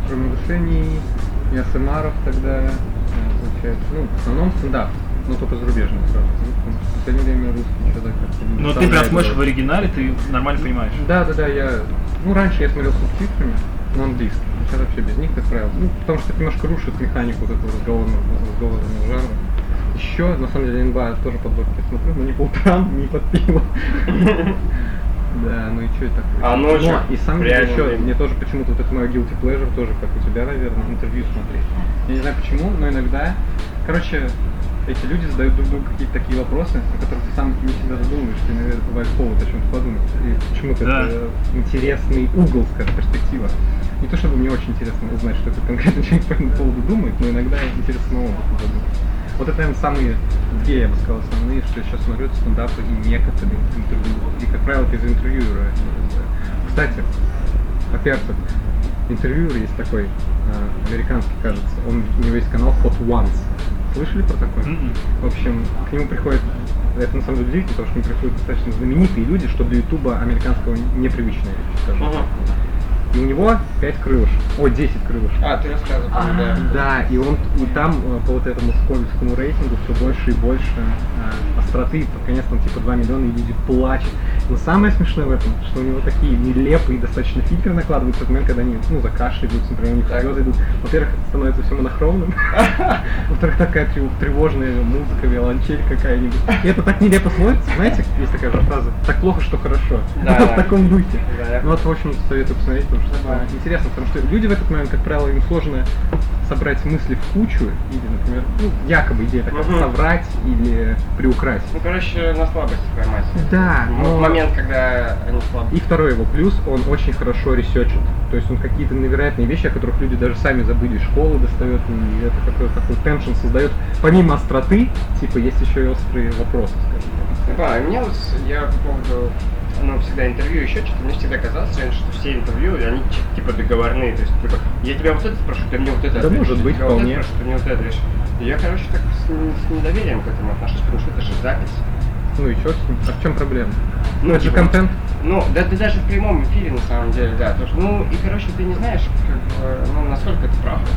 Speaker 2: Кроме удушений, и АСМРов тогда, э, получается. Ну, в основном стендап, но только зарубежный сразу. Ну, В последнее время русский что-то как-то... не
Speaker 4: Ну ты
Speaker 2: доставляет
Speaker 4: прям смотришь в
Speaker 2: этого.
Speaker 4: оригинале, ты нормально понимаешь.
Speaker 2: Да, да, да, я... Ну, раньше я смотрел с субтитрами, но английский. Сейчас вообще без них, как правило. Ну, потому что это немножко рушит механику вот этого разговорного, разговорного жанра. Еще, на самом деле, НБА тоже подборки смотрю, но не по утрам, не под пиво. Да, ну и что это такое?
Speaker 3: А ночью,
Speaker 2: Но, и сам
Speaker 3: в
Speaker 2: я
Speaker 3: реальном
Speaker 2: еще,
Speaker 3: времени.
Speaker 2: мне тоже почему-то вот это мое guilty pleasure, тоже, как у тебя, наверное, интервью смотреть. Я не знаю почему, но иногда, короче, эти люди задают друг другу какие-то такие вопросы, о которых ты сам не всегда задумываешься, и, наверное, бывает повод о чем-то подумать. И почему-то
Speaker 4: Да.
Speaker 2: это интересный угол, скажем, перспектива. Не то чтобы мне очень интересно узнать, что это конкретно человек по этому поводу думает, но иногда интересно самому об этом подумать. Вот это, наверное, самые две, я бы сказал, основные, что я сейчас смотрю, это стендапы и некоторые интервью. И, как правило, ты за интервьюера. э, Кстати, во-первых, интервьюер есть такой, э, американский, кажется, он, у него есть канал Hot Ones. Слышали про такой?
Speaker 4: Мгм.
Speaker 2: В общем, к нему приходят, это на самом деле удивительно, потому что к нему приходят достаточно знаменитые люди, что для Ютуба американского непривычные, скажем.
Speaker 3: Ага.
Speaker 2: И у него 5 крылышек. О, 10 крылышек.
Speaker 3: А, ты рассказывал, да.
Speaker 2: Э, Да, и он и там э, по вот этому скользкому рейтингу все больше и больше э, остроты, и под конец там типа 2 миллиона, и люди плачут. Но самое смешное в этом, что у него такие нелепые достаточно фильтры накладываются, например, когда они, ну, закашливаются, например, у них
Speaker 3: Так.
Speaker 2: слезы идут. Во-первых, становится все монохромным. Во-вторых, такая трев- тревожная музыка, виолончель какая-нибудь. И это так нелепо смотрится, знаете, есть такая же фраза, так плохо, что хорошо.
Speaker 3: Да,
Speaker 2: Вот
Speaker 3: да.
Speaker 2: В таком духе.
Speaker 3: Да, я
Speaker 2: Ну, вот, в общем, советую посмотреть, потому что
Speaker 3: Да.
Speaker 2: это интересно, потому что люди в этот момент, как правило, им сложно собрать мысли в кучу, или, например, ну, якобы идея такая,
Speaker 3: Мгм.
Speaker 2: соврать или приукрасить.
Speaker 3: Ну, короче, на слабости поймать.
Speaker 2: Да,
Speaker 3: Ну,
Speaker 2: но-
Speaker 3: в момент, когда они слабы.
Speaker 2: И второй его плюс, он очень хорошо ресечит. То есть он какие-то невероятные вещи, о которых люди даже сами забыли из школы достает, и это какой-то такой теншн создает. Помимо остроты, типа, есть еще и острые вопросы, скажем так.
Speaker 3: Да, и мне вот, с- я по поводу, ну, всегда интервью, еще что-то, мне всегда казалось раньше, что все интервью, они чи- типа договорные, то есть, типа, я тебя вот это спрошу, ты мне вот это
Speaker 2: Да
Speaker 3: ответишь,
Speaker 2: может
Speaker 3: я
Speaker 2: быть,
Speaker 3: тебя вот это
Speaker 2: вполне.
Speaker 3: спрошу, ты мне вот это ответишь. И я, короче, так с, н- с недоверием к этому отношусь, потому что это же запись.
Speaker 2: Ну и черт с ним. А в чем проблема?
Speaker 3: Ну,
Speaker 2: Ну, это же
Speaker 3: типа-
Speaker 2: контент.
Speaker 3: Ну, да ты даже в прямом эфире, на самом деле, да, то, что, ну, и, короче, ты не знаешь, как бы, ну, насколько это правда.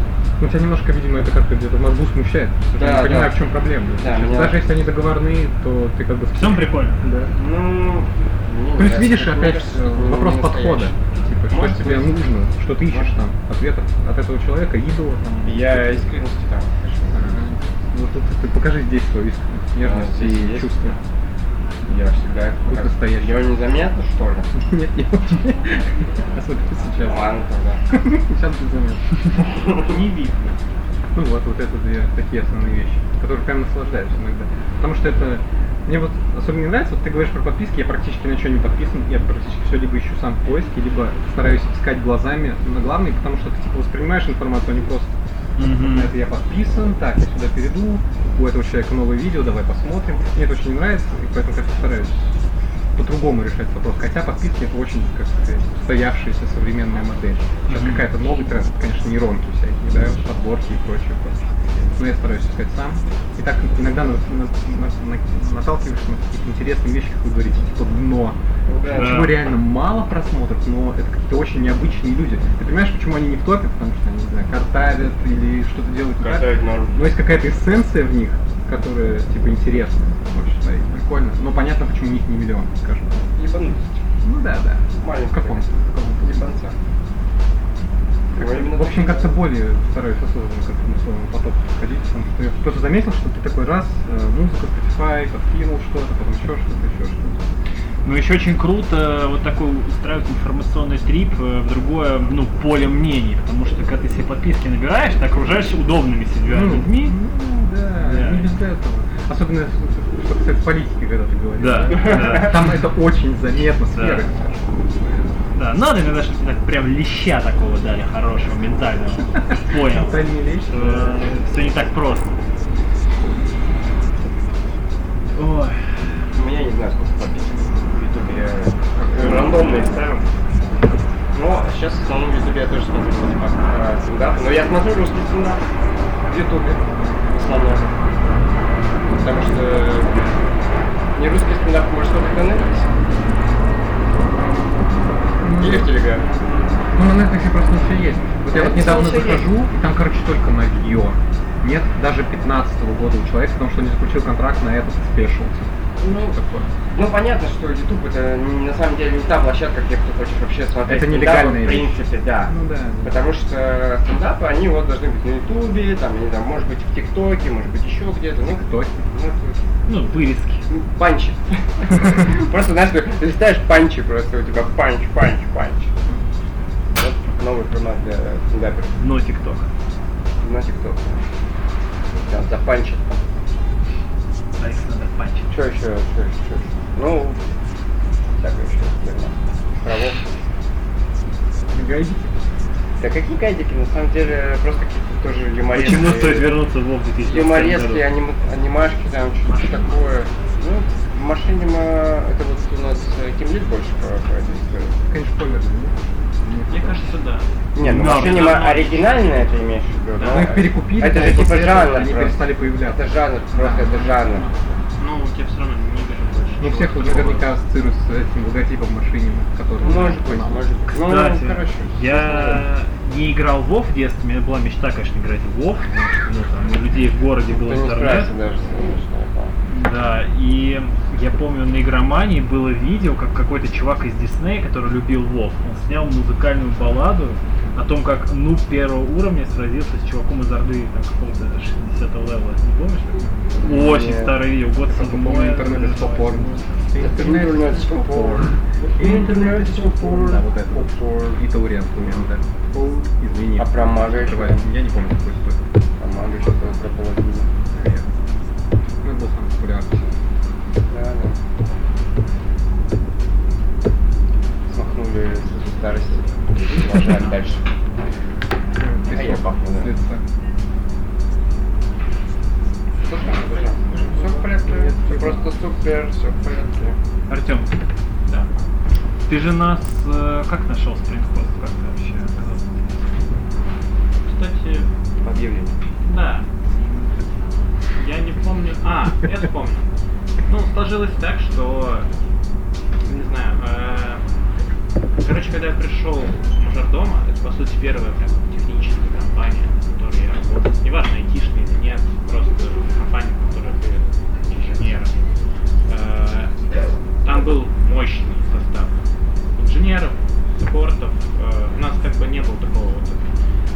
Speaker 2: Ну, тебя немножко, видимо, это как-то где-то в мозгу смущает. потому что
Speaker 3: Да,
Speaker 2: я не понимаю,
Speaker 3: да.
Speaker 2: в чем проблема.
Speaker 3: Да,
Speaker 2: Сейчас
Speaker 3: меня-
Speaker 2: Даже если они договорные, то ты как бы...
Speaker 4: В чем прикольно?
Speaker 2: Да.
Speaker 3: Ну, не
Speaker 2: Плюс
Speaker 3: знаю,
Speaker 2: видишь,
Speaker 3: мне
Speaker 2: опять
Speaker 3: кажется,
Speaker 2: э,
Speaker 3: это не
Speaker 2: вопрос подхода.
Speaker 3: настоящее.
Speaker 2: Типа, что
Speaker 3: Может
Speaker 2: тебе
Speaker 3: быть.
Speaker 2: нужно, что ты ищешь
Speaker 3: Может.
Speaker 2: там, ответов от этого человека, идола там.
Speaker 3: Я искренности там,
Speaker 2: А,
Speaker 3: конечно.
Speaker 2: Ну, тут ты покажи здесь свою искренность, нежность
Speaker 3: А, здесь
Speaker 2: и
Speaker 3: есть.
Speaker 2: чувства.
Speaker 3: Я всегда это
Speaker 2: Тут
Speaker 3: показываю.
Speaker 2: настоящий.
Speaker 3: Я незаметно, что ли?
Speaker 2: Нет, не очень. Особенно
Speaker 3: Ну,
Speaker 2: сейчас.
Speaker 3: Ладно тогда.
Speaker 2: Сейчас ты заметишь.
Speaker 6: Не видно.
Speaker 2: Ну вот, вот это две такие основные вещи, которые прям наслаждаешься иногда. Потому что это... Мне вот особенно не нравится, вот ты говоришь про подписки, я практически на что не подписан, я практически все либо ищу сам в поиске, либо стараюсь искать глазами на главный, потому что ты типа воспринимаешь информацию, а не просто
Speaker 4: Мгм.
Speaker 2: на это я подписан, так, я сюда перейду, у этого человека новое видео, давай посмотрим. Мне это очень не нравится, и поэтому как-то стараюсь по-другому решать вопрос. Хотя подписки это очень, как сказать, устоявшаяся современная модель. Сейчас
Speaker 4: Мгм.
Speaker 2: какая-то новый тренд, это, конечно, нейронки всякие, да, подборки и прочее, прочее. Но я стараюсь искать сам. И так иногда на- на- на- на- наталкиваешься на какие-то интересные вещи, как вы говорите, типа дно.
Speaker 3: Да.
Speaker 2: Почему реально мало просмотров, но это какие-то очень необычные люди. Ты понимаешь, почему они не в топе, потому что они, не знаю, картавят или что-то делают не так.
Speaker 3: Картавить норм.
Speaker 2: Но есть какая-то эссенция в них, которая, типа, интересна, вообще, да, и прикольно. Но понятно, почему у них не миллион, скажем.
Speaker 3: Ебануть.
Speaker 2: Ну да, да.
Speaker 3: Маленькая.
Speaker 2: В каком? В каком?
Speaker 3: Ебанца. Его именно
Speaker 2: типа В общем, как-то более стараюсь осознанно к информационному потоку подходить, потому что я кто-то заметил, что ты такой раз, э, музыка, Spotify, подкинул что-то, потом еще что-то, еще что-то.
Speaker 4: Ну, еще очень круто э, вот такой устраивать информационный трип э, в другое, ну, поле мнений, потому что когда ты себе подписки набираешь, ты окружаешься удобными себя
Speaker 2: Ну,
Speaker 4: людьми.
Speaker 2: ну, да,
Speaker 4: Да.
Speaker 2: не без этого. Особенно, с- что касается политики, когда ты говоришь.
Speaker 4: Да, да.
Speaker 2: Там это очень заметно, сферы.
Speaker 4: Да, надо иногда, чтобы тебе так прям леща такого дали, хорошего, ментального. Понял.
Speaker 2: Ментальный лещ?
Speaker 4: Все не так просто. Ой.
Speaker 3: У меня не знаю, сколько подписчиков в Ютубе. Я как-то рандомно их ставил. Но а сейчас в основном в Ютубе я тоже смотрю стендап. э, стендап. Но я смотрю русский стендап в Ютубе в основном. Потому что не русский стендап может только на Netflix. Или в Телеграме.
Speaker 2: Ну, на Netflix просто не все есть. Вот я вот
Speaker 3: Netflix
Speaker 2: недавно
Speaker 3: всё есть.
Speaker 2: захожу, и там, короче, только на видео. Нет даже 15 года у человека, потому что он не заключил контракт на этот спешл.
Speaker 3: Ну, ну понятно, что YouTube это не- на самом деле не та площадка, где ты хочешь вообще смотреть.
Speaker 2: Это
Speaker 3: стендапы,
Speaker 2: нелегальные
Speaker 3: В принципе, да.
Speaker 2: Ну да.
Speaker 3: Потому что стендапы, они вот должны быть на Ютубе, там, я не знаю, может быть, в ТикТоке, может быть, еще где-то. Ну,
Speaker 2: ТикТоке.
Speaker 3: ну, это-
Speaker 4: Ну, вырезки.
Speaker 3: ну, панчи. Просто, знаешь, ты ты листаешь панчи просто, у тебя панч, панч, панч. Вот новый формат для стендаперов
Speaker 4: Но тикток.
Speaker 3: на ТикТоке. Там запанчат.
Speaker 4: Александр Панчин.
Speaker 3: Что еще, что еще, что еще? Ну, всякое еще, наверное. Провод.
Speaker 2: Гайдики.
Speaker 3: Да какие гайдики, на самом деле, просто какие-то тоже юморезки.
Speaker 4: Почему стоит вернуться в лоб 2000
Speaker 3: Юморезки, аним- анимашки, там что-то такое. Ну, в машине мы... Это вот у нас э, Кимлит больше про про эту историю.
Speaker 2: Конечно, помер.
Speaker 6: Мне кажется, да.
Speaker 3: Не, ну
Speaker 4: Да,
Speaker 3: машине
Speaker 4: да,
Speaker 3: мы
Speaker 4: да.
Speaker 3: оригинальное ты имеешь в виду, но-
Speaker 2: Мы их перекупили,
Speaker 3: Это
Speaker 2: да,
Speaker 3: же
Speaker 2: и
Speaker 3: типа
Speaker 2: после этого
Speaker 3: жанр
Speaker 2: Они
Speaker 3: просто.
Speaker 2: перестали
Speaker 3: Это
Speaker 2: появляться.
Speaker 3: жанр, просто это жанр.
Speaker 6: Ну, у тебя все равно не вижу больше.
Speaker 2: Не всех
Speaker 6: чего-то такого.
Speaker 2: наверняка ассоциируют с этим логотипом машины, который...
Speaker 3: Может быть, может быть. Ну,
Speaker 4: Кстати,
Speaker 3: короче.
Speaker 4: я не играл в Вов в детстве, у меня была мечта, конечно, играть в Вов, потому что ну, там, у людей в городе был
Speaker 3: Ты не
Speaker 4: интернет.
Speaker 3: справишься даже, конечно.
Speaker 4: Да, и я помню, на игромании было видео, как какой-то чувак из Диснея, который любил Вов, он снял музыкальную балладу о том, как нуб первого уровня сразился с чуваком из Орды, там, какого-то 60-го левела, не помнишь? такое? Очень
Speaker 3: Нет.
Speaker 4: старое видео, год
Speaker 2: Как мы
Speaker 4: седьмой.
Speaker 2: помним, интернет это попорн.
Speaker 3: Интернет суппорт. Интернет суппорт.
Speaker 2: Да, вот это вот. И Таурен, примерно, да. Извини.
Speaker 3: А про мага еще?
Speaker 2: Открывай. Я не помню, какой стоит.
Speaker 3: Команда что-то прополовину.
Speaker 2: Наверное. Ну, это был самый популярный.
Speaker 3: Да, да. Смахнули с старости. Продолжаем дальше. А я пахну, да.
Speaker 2: Лицо.
Speaker 3: Все в порядке. Все просто супер, все в порядке.
Speaker 4: Артем, да. ты же нас э, как нашел спринтхост? Как ты вообще оказался?
Speaker 6: Кстати,
Speaker 3: Объявление.
Speaker 6: да. Я не помню. А, я вспомнил. Ну, сложилось так, что... Не знаю. э, Короче, когда я пришел в мажордома, это, по сути, первая прям техническая компания, в которой я работал. Неважно, айтишная или нет, просто компания, в которой ты инженер. Э, Там был мощный состав инженеров, спортов. У нас как бы не было такого вот...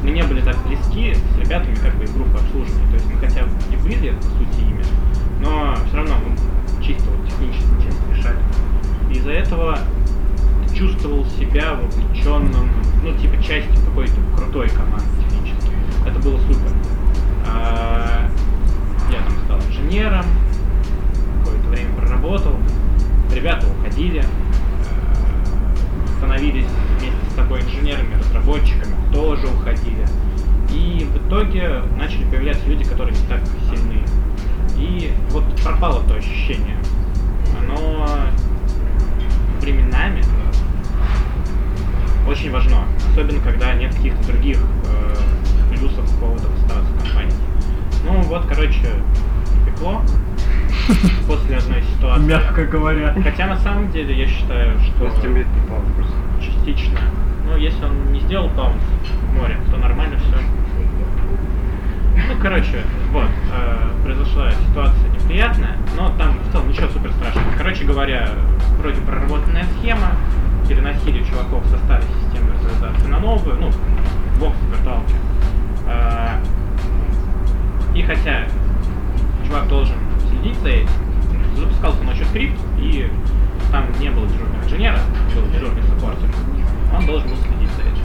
Speaker 6: Мы не были так близки с ребятами, как бы и группы обслуживания. То есть мы хотя бы и были, по сути, ими, но все равно мы чисто вот технически чем-то решали. Из-за этого ты чувствовал себя вовлеченным, ну, типа, частью какой-то крутой команды технически. Это было супер. А, Я там стал инженером, какое-то время проработал, ребята уходили, э, становились вместе с тобой инженерами, разработчиками, тоже уходили. И в итоге начали появляться люди, которые не так сильны. И вот пропало то ощущение. Оно временами очень важно, особенно когда нет каких-то других э, плюсов по поводу статуса компании. Ну вот, короче, пекло после одной ситуации.
Speaker 4: Ну, Мягко говоря.
Speaker 6: Хотя на самом деле я считаю, что
Speaker 3: Просто темлит не просто.
Speaker 6: частично. Ну, если он не сделал паузу в море, то нормально Ну, все. э, ну, Э, хотя чувак должен следить за этим, запускался ночью скрипт, и там не было дежурного инженера, был дежурный саппортер. Он должен был следить за этим.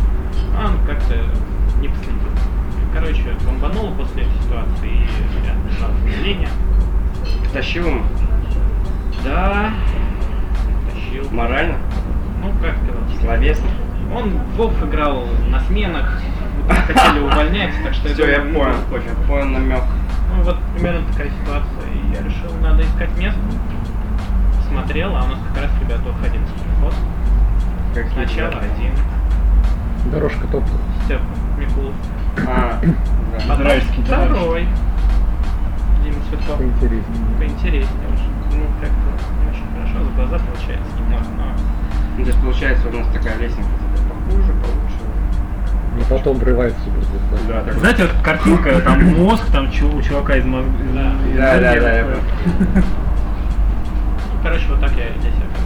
Speaker 6: А Он как-то не последил. Короче, бомбанул после этой ситуации и я пришла в отделение.
Speaker 3: Тащил ему
Speaker 6: Да, тащил.
Speaker 3: морально,
Speaker 6: Ну, как сказать,
Speaker 3: словесно.
Speaker 6: он в Вов играл на сменах, вот хотели увольнять, так что
Speaker 3: Все, я
Speaker 6: думаю,
Speaker 3: понял,
Speaker 6: ну,
Speaker 3: я понял намек.
Speaker 6: Ну вот примерно такая ситуация, и я решил, надо искать место. Смотрел, а у нас как раз, ребята, в 11 приход.
Speaker 3: Как
Speaker 6: Сначала один,
Speaker 2: Дорожка топ.
Speaker 6: Степ Микулов.
Speaker 3: А, да.
Speaker 6: Потом
Speaker 4: Израильский товарищ.
Speaker 6: второй. Дима Цветков.
Speaker 2: Поинтереснее.
Speaker 6: Поинтереснее уже. Ну, как-то не очень хорошо, за глаза получается немного, но...
Speaker 3: Ну, То есть получается у нас такая лестница типа, похуже, получше.
Speaker 2: Но потом врывается суперзвезда.
Speaker 3: Да, так.
Speaker 4: Знаете, вот картинка, там мозг, там чу- у чувака из мозга.
Speaker 3: Да, да, да, я понял.
Speaker 6: Ну, короче, вот так я и здесь оказался.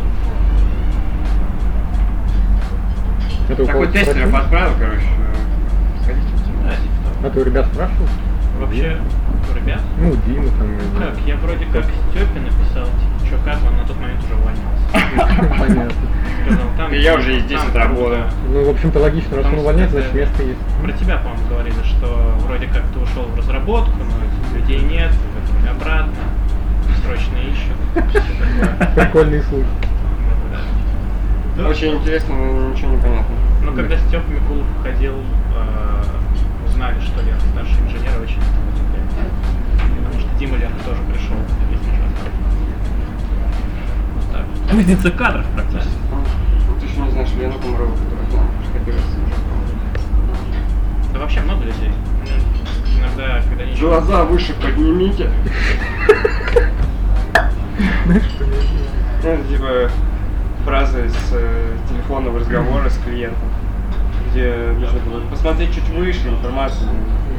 Speaker 2: Это у
Speaker 3: Такой
Speaker 2: кого-то
Speaker 3: тестер
Speaker 2: спросил?
Speaker 3: подправил, короче. э, Сходите.
Speaker 6: Да, типа
Speaker 2: А ты у ребят спрашивал?
Speaker 6: того. Вообще, у ребят,
Speaker 2: Ну, Дима там. или-
Speaker 6: Как? Я вроде как Степе написал, типа, чё, как он на тот момент уже увольнялся.
Speaker 2: Понятно.
Speaker 6: Сказал, там...
Speaker 3: Я уже и здесь
Speaker 6: там
Speaker 3: это
Speaker 6: круто.
Speaker 3: работаю.
Speaker 2: Ну, в общем-то, логично, раз он
Speaker 6: Потому что
Speaker 2: увольняется,
Speaker 6: это-
Speaker 2: значит место есть.
Speaker 6: Про тебя, по-моему, говорили, что вроде как ты ушел в разработку, но людей нет, вернули обратно, срочно ищут. всё такое.
Speaker 2: Прикольный случай.
Speaker 6: Да.
Speaker 3: Очень интересно, но ничего не понятно.
Speaker 6: Но Ну, когда Степа Микулов уходил, э, узнали, что Лера старший инженер, очень этому удивлялись. Потому что Дима Лерка тоже пришел, если не Вот так вот.
Speaker 4: Кузница кадров практически.
Speaker 3: Ну, Ты еще не знаешь Лену Комарову, которая к нам приходилась.
Speaker 6: Да вообще много людей. Ну, Иногда, когда ничего...
Speaker 3: Глаза выше поднимите. Ну, Это типа фраза из э, телефонного разговора с клиентом, где нужно было посмотреть чуть выше информацию.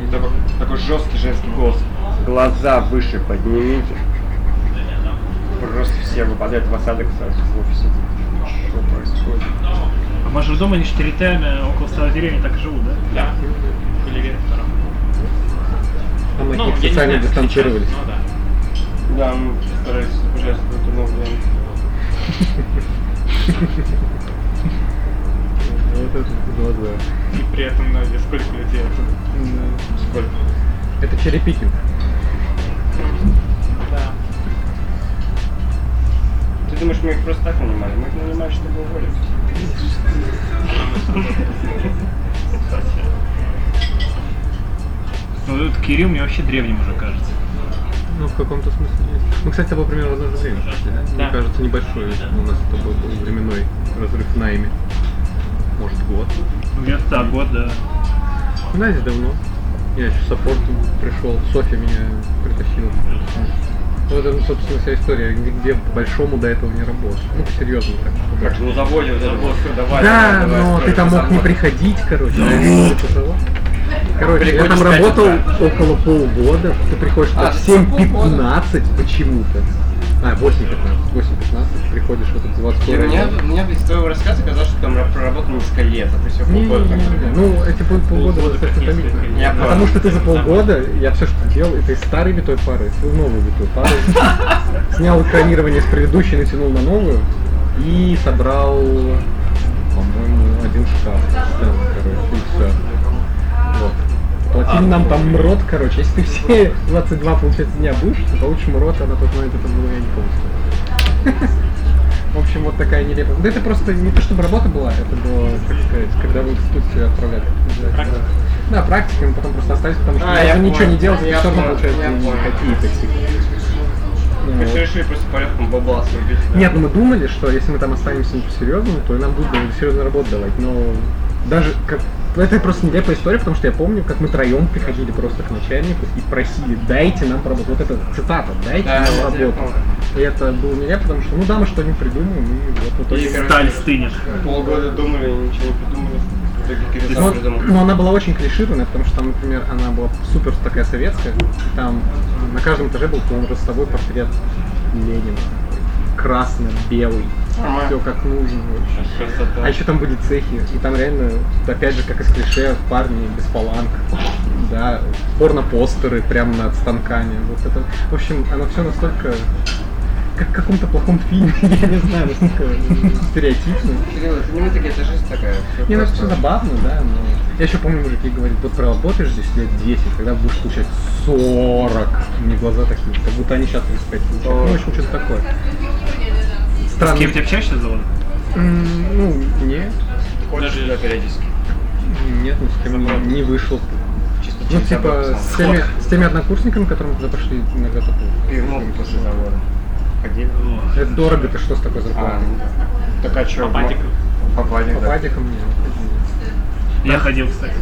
Speaker 3: И такой, такой жесткий женский голос. Глаза выше поднимите. Просто все выпадают в осадок сразу в офисе. Что происходит?
Speaker 4: А мажордомы, они штыритами около старой деревни так и живут, да?
Speaker 6: Да, были вектором.
Speaker 2: Там от
Speaker 6: Ну,
Speaker 2: них
Speaker 6: я не
Speaker 2: специально
Speaker 6: знаю, как сейчас,
Speaker 2: дистанцировались.
Speaker 6: Ну да.
Speaker 3: Да, мы старались ужасно это новое.
Speaker 2: Ну, Вот это глаза.
Speaker 6: И при этом на вес сколько людей оттуда.
Speaker 3: Сколько?
Speaker 2: Это Черепикин.
Speaker 6: Да.
Speaker 3: Ты думаешь, мы их просто так нанимали? Мы их нанимали, чтобы уволить.
Speaker 4: Ну, этот Кирилл мне вообще древним уже кажется.
Speaker 2: Ну, в каком-то смысле есть. Мы, кстати, с тобой примерно в одно же время пошли, да? Мне
Speaker 6: Да.
Speaker 2: кажется, небольшой у нас с тобой был временной разрыв в найме. Может, год.
Speaker 4: Ну, Где-то так, год, да.
Speaker 2: Ну, Да, здесь давно. Я еще саппорт пришел, Софья меня притащила. Вот Ну, это, собственно, вся история. Нигде по-большому до этого не работал. Ну, серьезно так. по
Speaker 3: Как же
Speaker 2: большому.
Speaker 3: на заводе вот это вот всё, давай.
Speaker 2: Да,
Speaker 3: давай, давай,
Speaker 2: но
Speaker 3: строй,
Speaker 2: ты там
Speaker 3: на
Speaker 2: мог не
Speaker 3: завод.
Speaker 2: приходить, короче. наверное, типа того. Короче, я
Speaker 3: Приходишь
Speaker 2: там
Speaker 3: в пять
Speaker 2: работал около полгода. Ты приходишь
Speaker 3: А,
Speaker 2: в
Speaker 3: ты
Speaker 2: 7.15 почему-то. А, 8.15. 8.15 приходишь в этот
Speaker 3: И
Speaker 2: заводской
Speaker 3: мне,
Speaker 2: район.
Speaker 3: мне из твоего рассказа казалось, что там ра- проработал несколько лет, а ты все
Speaker 2: Не, не,
Speaker 3: полгода там
Speaker 2: не, не.
Speaker 3: сидел.
Speaker 2: Ну, эти пол- полгода
Speaker 6: Полгода
Speaker 2: достаточно
Speaker 6: как
Speaker 2: томительно.
Speaker 6: несколько.
Speaker 3: Я
Speaker 2: Потому
Speaker 3: понял.
Speaker 2: что ты за полгода, я все, что делал, это из старой битой пары, слил новую битую пару, снял экранирование с предыдущей, натянул на новую и собрал, по-моему, один шкаф. Да, короче, и все. Вот. Платили нам там мрот, короче. Если ты все 22, получается, дня будешь, ты получишь мрот, а на тот момент это было, я не помню. сколько. В общем, вот такая нелепая. Да это просто не то, чтобы работа была, это было, как сказать, когда в институцию отправляли.
Speaker 6: Практика.
Speaker 2: Да, практики, мы потом просто остались, потому что
Speaker 3: А,
Speaker 2: мы
Speaker 3: я
Speaker 2: уже
Speaker 3: понял.
Speaker 2: ничего не делать,
Speaker 3: Я
Speaker 2: и все равно
Speaker 3: понял,
Speaker 2: получается
Speaker 3: я понял.
Speaker 2: никакие такие.
Speaker 3: Мы все
Speaker 2: Ну,
Speaker 3: решили просто порядком бабла срубить.
Speaker 2: вот. Нет, ну мы думали, что если мы там останемся не по-серьезному, то нам будут серьезную работу давать, но даже как... ну, Это просто нелепая история, потому что я помню, как мы троем приходили просто к начальнику и просили, дайте нам работу. Вот это цитата, дайте
Speaker 3: Да,
Speaker 2: нам
Speaker 3: я
Speaker 2: работу.
Speaker 3: помню.
Speaker 2: И это было нелепо, потому что ну да, мы что-нибудь придумаем, и вот в итоге...
Speaker 3: И, короче,
Speaker 4: Сталь стынет.
Speaker 3: Полгода думали, ничего не придумали. В итоге Кирилл
Speaker 2: Но,
Speaker 3: сам придумал.
Speaker 2: но Ну, она была очень клишированная, потому что там, например, она была супер такая советская. И Там на каждом этаже был, по-моему, ростовой портрет Ленина. Красно-белый.
Speaker 3: Нормально.
Speaker 2: Все как нужно. вообще.
Speaker 3: Сейчас красота.
Speaker 2: А еще там были цехи, и там реально, опять же, как из клише, парни без паланг. да, порно-постеры прямо над станками. Вот это, в общем, оно все настолько как в каком-то плохом фильме, я не знаю, настолько стереотипно.
Speaker 3: Кирилл, это не музыка, это жизнь такая. всё
Speaker 2: Не, ну это
Speaker 3: просто.
Speaker 2: все забавно, да, но... Я еще помню, мужики говорят, вот проработаешь здесь лет 10, когда будешь получать 40. Мне глаза такие, как будто они сейчас 35 получают. Ну, в общем, что-то такое. Странно.
Speaker 4: С кем ты общаешься за завода?
Speaker 2: М, Ну, нет.
Speaker 3: Ходишь
Speaker 6: Даже-
Speaker 3: туда периодически.
Speaker 2: Нет, ну с кем не- не вышел.
Speaker 3: Чисто
Speaker 2: Ну,
Speaker 3: через
Speaker 2: типа,
Speaker 3: забор
Speaker 2: с
Speaker 3: сам.
Speaker 2: теми, с теми однокурсниками, которым туда пошли иногда
Speaker 3: Ход, пивнул
Speaker 2: такое.
Speaker 3: после завода. Ходили.
Speaker 2: Это дорого, ты что с такой зарплатой?
Speaker 3: Так а чё?
Speaker 6: По патику.
Speaker 3: По патику,
Speaker 2: По
Speaker 3: да.
Speaker 2: падикам мне.
Speaker 4: Я ходил, кстати.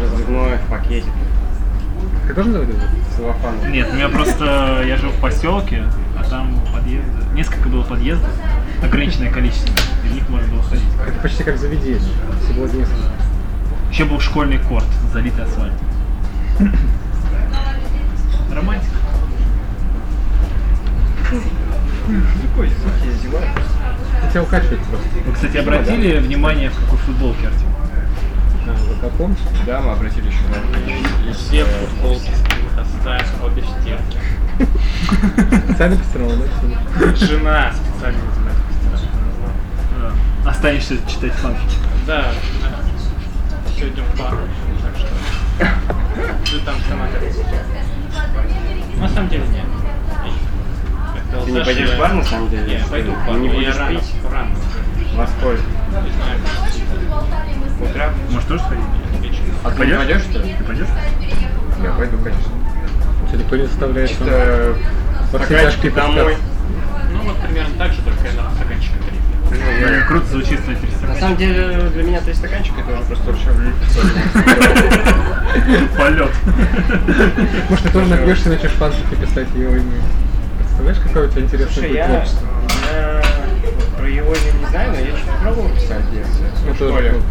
Speaker 3: Разливное в пакете.
Speaker 2: Ты тоже заводил?
Speaker 3: Целлофан.
Speaker 4: Нет, у меня просто я жил в поселке, а там подъезды. Несколько было подъездов, ограниченное количество. И в них можно было ходить.
Speaker 2: Это почти как заведение. Всего несколько.
Speaker 4: Еще был школьный корт, залитый асфальтом. Романтика.
Speaker 2: Хотел качать просто.
Speaker 4: Вы, кстати, обратили внимание, в какой футболке Артем?
Speaker 2: А, в каком?
Speaker 3: Да, мы обратили еще на
Speaker 6: Все футболки с Пинхоста, обе стенки.
Speaker 2: Сами постирал, да? всё?
Speaker 6: Жена специально не знает, как это назвала.
Speaker 4: Да. Останешься читать фанфики.
Speaker 6: Да, сегодня в пару, так что... Ты там сама как На самом деле нет. Как-то
Speaker 3: Ты не
Speaker 6: Саша-
Speaker 3: пойдешь в бар, на самом деле?
Speaker 6: Я пойду в бар,
Speaker 3: Не
Speaker 6: но я
Speaker 3: будешь
Speaker 6: рано,
Speaker 3: пить?
Speaker 6: рано уже.
Speaker 3: Во сколько?
Speaker 6: Не знаю,
Speaker 3: Утра?
Speaker 4: Может, тоже сходить?
Speaker 6: вечером.
Speaker 3: А ты не
Speaker 4: пойдёшь?
Speaker 3: пойдешь, что ли?
Speaker 4: Ты пойдешь?
Speaker 3: Я пойду, конечно.
Speaker 2: Что, никто не заставляет нам
Speaker 3: Чисто
Speaker 2: во все
Speaker 3: стаканчики
Speaker 2: тяжкие
Speaker 3: домой.
Speaker 2: пускаться?
Speaker 6: Ну вот примерно так же, только я на стаканчика три.
Speaker 4: Блин, круто звучит на
Speaker 3: На самом деле, для меня три стаканчика это уже просто ручной.
Speaker 4: Полет.
Speaker 2: Может, ты тоже напьешься и начнешь фанфики писать его имя? Представляешь, какое у тебя интересное
Speaker 3: Слушай,
Speaker 2: будет
Speaker 3: я
Speaker 2: творчество?
Speaker 3: э, вот про его имя не знаю, но я чуть пробовал писать в детстве,
Speaker 2: Ну,
Speaker 3: в
Speaker 2: тоже
Speaker 3: школе,
Speaker 2: пробовал.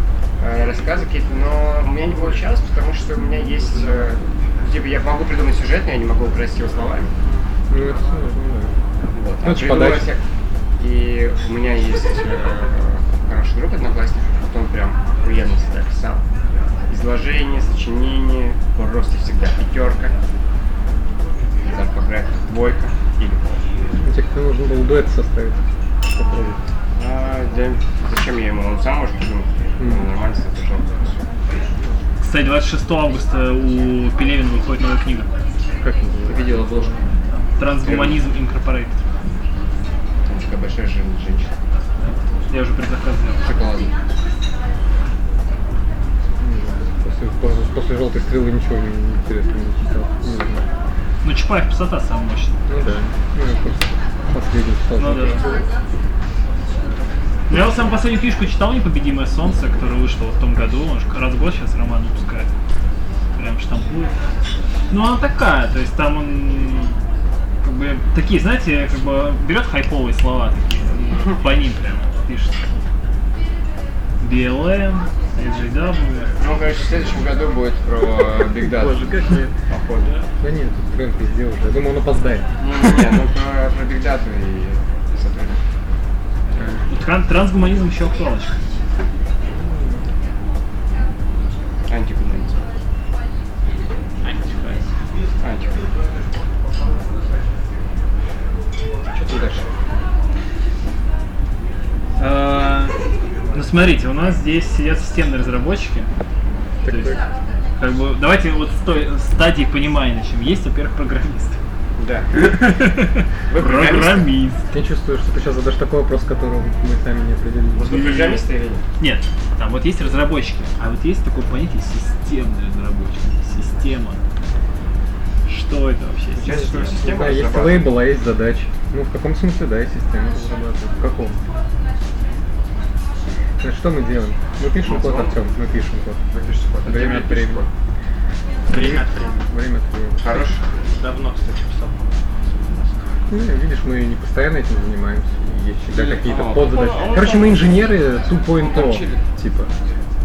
Speaker 3: э, рассказы какие-то, но у меня не получалось, потому что у меня есть, э, типа, я могу придумать сюжет, но я не могу украсть его словами.
Speaker 2: Ну, это сложно, да.
Speaker 3: Вот.
Speaker 2: Ну,
Speaker 3: а
Speaker 2: это ж
Speaker 3: придумываю
Speaker 2: подача.
Speaker 3: всяк- И у меня есть э, хороший друг одноклассник, вот он прям охуенно всегда писал. Изложение, сочинение, просто всегда пятерка. Там по графике двойка или
Speaker 2: Тебе как-то нужно было дуэт составить. Попробуй.
Speaker 3: А, да, зачем я ему? Он сам может придумать. Он нормально себя пришел.
Speaker 4: Кстати, 26 августа у Пелевина выходит новая книга.
Speaker 2: Как это?
Speaker 3: Видел обложку.
Speaker 4: Трансгуманизм Инкорпорейтед.
Speaker 3: Там такая большая жен- женщина.
Speaker 4: Я уже предзаказ сделал.
Speaker 3: Шоколадная.
Speaker 2: После, после, после желтой стрелы ничего не не интересного не читал. Не знаю.
Speaker 4: Ну, Чапаев писота самая мощная.
Speaker 2: Ну да. Ну, я просто последний читал.
Speaker 4: Ну да. Ну, я вот самую последнюю книжку читал «Непобедимое солнце», которая вышла вот в том году. Он же раз в год сейчас роман выпускает. Прям штампует. Ну, она такая, то есть там он как бы такие, знаете, как бы берет хайповые слова такие, и по ним прям пишет. BLM, SJW.
Speaker 3: Ну, короче, в следующем году будет про Big Data.
Speaker 2: Боже, как я...
Speaker 3: Походу.
Speaker 2: Да нет, тут тренд везде уже. Я думаю, он опоздает.
Speaker 3: Ну, не, ну про, про Big Data и сотрудников.
Speaker 4: Ну, тран- трансгуманизм еще актуалочка.
Speaker 3: Антикоммунизм.
Speaker 6: Антифайз.
Speaker 3: Антик. Что там дальше?
Speaker 4: Э, Ну смотрите, у нас здесь сидят системные разработчики. То есть, как бы, давайте вот с той стадии понимания начнем. Есть, во-первых, программисты.
Speaker 3: Да. Вы программисты?
Speaker 4: Программист.
Speaker 2: Я чувствую, что ты сейчас задашь такой вопрос, которого мы сами не определили.
Speaker 3: Вы программисты или нет?
Speaker 4: Нет, там вот есть разработчики, а вот есть такое понятие системные разработчики. Система. Что это вообще?
Speaker 3: Сейчас
Speaker 4: Система.
Speaker 3: что система
Speaker 2: Да, есть
Speaker 3: разрабатывает.
Speaker 2: лейбл, а есть задача. Ну, в каком смысле, да, и система разрабатывает. В каком? Значит, что мы делаем? Мы пишем код, Артем, мы пишем код.
Speaker 3: Вы пишете код. А
Speaker 2: Время
Speaker 3: ты
Speaker 2: от
Speaker 3: мне пишешь
Speaker 2: времени.
Speaker 3: код. А.
Speaker 6: Время от времени.
Speaker 2: Время от времени.
Speaker 3: Хорош.
Speaker 6: Давно, кстати, писал.
Speaker 2: Ну, видишь, мы не постоянно этим занимаемся. и Есть всегда
Speaker 3: Или-
Speaker 2: какие-то
Speaker 3: а,
Speaker 2: подзадачи.
Speaker 3: а, а,
Speaker 2: Короче, мы инженеры 2.0,
Speaker 3: Ну, короче,
Speaker 2: типа.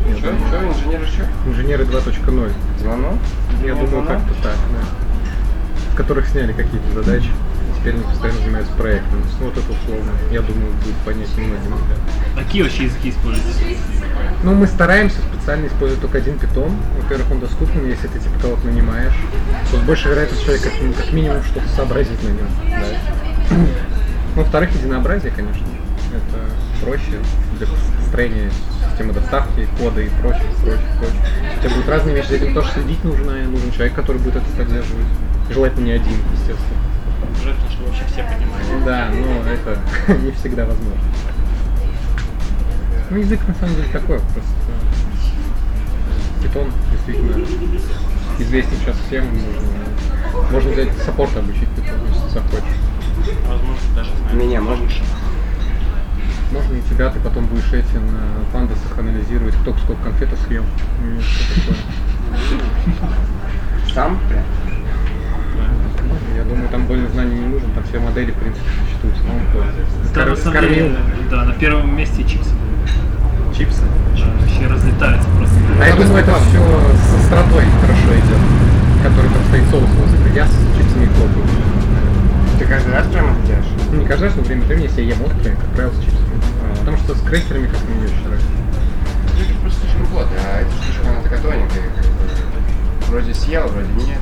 Speaker 2: Я
Speaker 3: Что,
Speaker 2: думаю.
Speaker 3: что, инженеры что?
Speaker 2: Инженеры 2.0.
Speaker 3: Звонок?
Speaker 2: Я думаю,
Speaker 3: звонок?
Speaker 2: как-то так, да. С которых сняли какие-то задачи. теперь мы постоянно занимаемся проектом. Ну, вот это условно, я думаю, будет понятнее многим.
Speaker 4: Какие вообще языки используются?
Speaker 2: Ну, мы стараемся специально использовать только один питон. Во-первых, он доступен, если ты типа кого-то нанимаешь. Тут больше вероятность человек как, ми- как минимум что-то сообразит на нем. Да. Ну, во-вторых, единообразие, конечно. Это проще для построения системы доставки, кода и прочее, прочее, прочее. У тебя будут разные вещи, за этим тоже следить нужно, и нужен человек, который будет это поддерживать. Желательно не один, естественно.
Speaker 6: Желательно, чтобы вообще все понимали.
Speaker 2: Да, но это не всегда возможно. Ну, язык на самом деле такой, просто питон действительно известен сейчас всем. Можно, можно взять саппорт обучить питон, если захочешь.
Speaker 6: Возможно, даже знаю.
Speaker 3: Меня можно?
Speaker 2: Можно и тебя, ты потом будешь этим на пандасах анализировать, кто сколько конфетов съел. и всё такое.
Speaker 3: Сам прям?
Speaker 2: Ну, Я думаю, там более знаний не нужен, там все модели, в принципе, существуют. Ну,
Speaker 4: Да, на самом деле, да, на первом месте чипсы будут.
Speaker 2: чипсы.
Speaker 4: Вообще разлетаются просто.
Speaker 2: А я думаю, это все со страной хорошо идет, который там стоит соус острый. Я с чипсами хлопаю.
Speaker 3: Ты каждый раз прям это делаешь?
Speaker 2: Ну, Не каждый раз, но время от времени, если я ем острые, как правило, с чипсами. А, Потому что с крекерами как мне не очень нравится.
Speaker 3: Это просто слишком плотно, а эта штучка, она такая тоненькая. как бы. Вроде съел, вроде нет.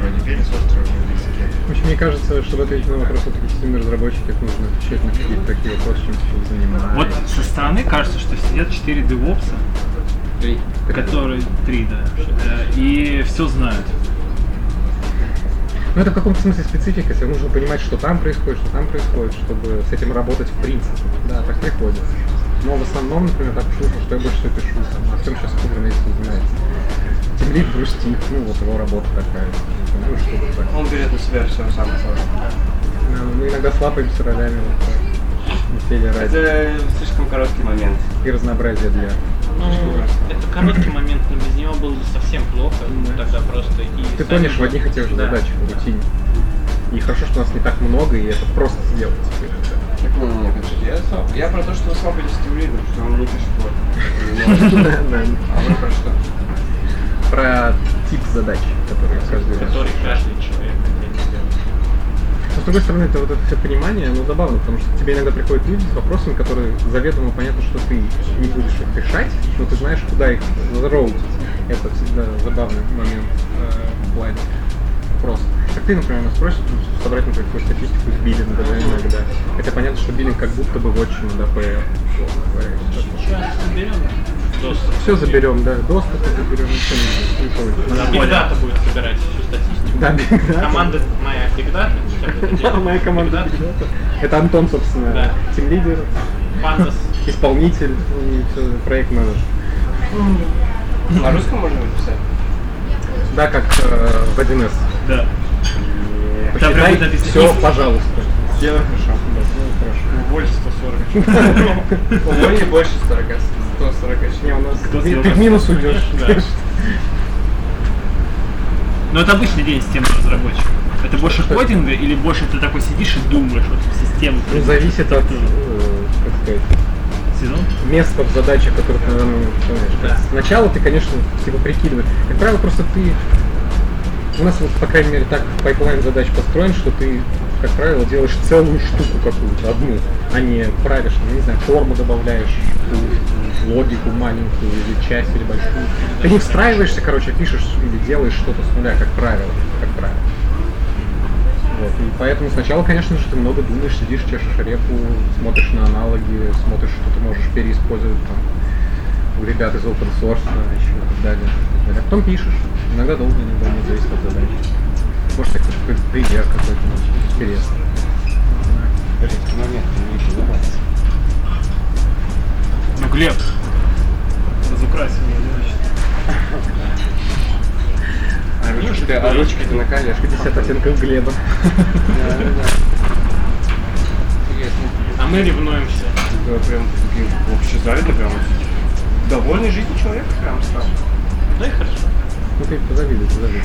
Speaker 3: Вроде перец острый, вроде языке.
Speaker 2: В общем, мне кажется, чтобы ответить на вопрос о таких системных разработчиков, нужно отвечать на какие-то такие вопросы, чем ты занимаешься.
Speaker 4: Вот со стороны кажется, что сидят 4 девопса,
Speaker 2: Три.
Speaker 4: которые три, да, э, и все знают.
Speaker 2: Ну, это в каком-то смысле специфика, тебе нужно понимать, что там происходит, что там происходит, чтобы с этим работать в принципе. Да, так приходится. Но в основном, например, так пишу, что я больше всего пишу, там, Артем сейчас Kubernetes занимается. Темлит грустит, ну вот его работа такая. Ну, что такое.
Speaker 3: Он берет на себя все самое сложное.
Speaker 2: Да, Э, Мы иногда слапаемся ролями вот так. Веселье ради.
Speaker 3: Это слишком короткий момент.
Speaker 2: И разнообразие для...
Speaker 6: Ну, это короткий момент, но без него было бы совсем плохо. Ну, Тогда просто и...
Speaker 2: Ты
Speaker 6: сами-
Speaker 2: тонешь в одних и тех же
Speaker 6: Да.
Speaker 2: задачах, в рутине. И хорошо, что нас не так много, и это просто сделать. теперь.
Speaker 3: Так, не, не, подожди, я, слаб- я про то, что вы слабо дистиллируете, что он не пишет вот.
Speaker 2: Да.
Speaker 3: А вы про что?
Speaker 2: Про тип задач, которые каждый раз.
Speaker 6: Который каждый человек хотел сделать.
Speaker 2: Но, с другой стороны, это вот это все понимание, оно забавно, потому что к тебе иногда приходят люди с вопросами, которые заведомо понятно, что ты не будешь их решать, но ты знаешь, куда их зароутить. Это всегда забавный момент э, в плане вопроса. Как ты, например, нас просишь ну, собрать, например, какую статистику с биллинга, да, иногда. Это понятно, что биллинг как будто бы вотчина, да, ПР.
Speaker 6: Сейчас соберем доступ.
Speaker 2: Все заберем, да, доступы заберем, все не будет.
Speaker 4: Да,
Speaker 6: Big
Speaker 4: понял.
Speaker 6: Data будет собирать всю статистику.
Speaker 2: Да, Big Data.
Speaker 6: Команда моя Big Data. как это
Speaker 2: Да,
Speaker 6: делает.
Speaker 2: моя команда.
Speaker 6: Big Data.
Speaker 2: Это Антон, собственно,
Speaker 6: Да.
Speaker 2: тим-лидер.
Speaker 6: Pandas.
Speaker 2: исполнитель и всё, проект-менеджер.
Speaker 3: На русском можно написать?
Speaker 2: Да, как э, в 1С.
Speaker 4: Да. Там прям
Speaker 2: Посчитай
Speaker 4: будет написано
Speaker 2: все,
Speaker 4: if.
Speaker 2: пожалуйста.
Speaker 3: Дело хорошо.
Speaker 6: Больше 140.
Speaker 3: Уволили Ну, больше 40, 140
Speaker 2: Не, у нас
Speaker 4: Кто
Speaker 2: ты,
Speaker 4: съел
Speaker 2: ты
Speaker 4: нас?
Speaker 2: в минус уйдешь.
Speaker 4: Да. Но это обычный день системных разработчиков. Это больше
Speaker 2: что это?
Speaker 4: кодинга или больше ты такой сидишь и думаешь вот в систему?
Speaker 2: Ну, зависит от, э, как сказать,
Speaker 4: Сезон?
Speaker 2: место в задаче, которое ты на данный момент выполняешь.
Speaker 6: Да.
Speaker 2: Сначала ты, конечно, типа прикидываешь. Как правило, просто ты... У нас, вот, по крайней мере, так пайплайн задач построен, что ты, как правило, делаешь целую штуку какую-то, одну, а не правишь, ну, не знаю, форму добавляешь, какую-то логику маленькую или часть, или большую. Ты не встраиваешься, короче, пишешь или делаешь что-то с нуля, как правило, как правило. Вот, и поэтому сначала, конечно же, ты много думаешь, сидишь, чешешь репу, смотришь на аналоги, смотришь, что ты можешь переиспользовать там у ребят из open source, а, еще и так далее. А потом пишешь. Иногда долго, иногда не зависит от задачи. Может, это какой-то пример какой-то может, интересный.
Speaker 3: Редкий момент, ты не улыбаться.
Speaker 4: Ну, Глеб, разукрасил меня, значит.
Speaker 3: А ручки ты, а ручки ты на колешке.
Speaker 2: 50 оттенков Глеба.
Speaker 3: Интересно.
Speaker 6: А мы ревнуемся.
Speaker 3: Да, прям таким вообще завидно прям. Довольный жизнью человек прям стал.
Speaker 6: Да и хорошо.
Speaker 2: Ну ты позавидуй, позавидуй.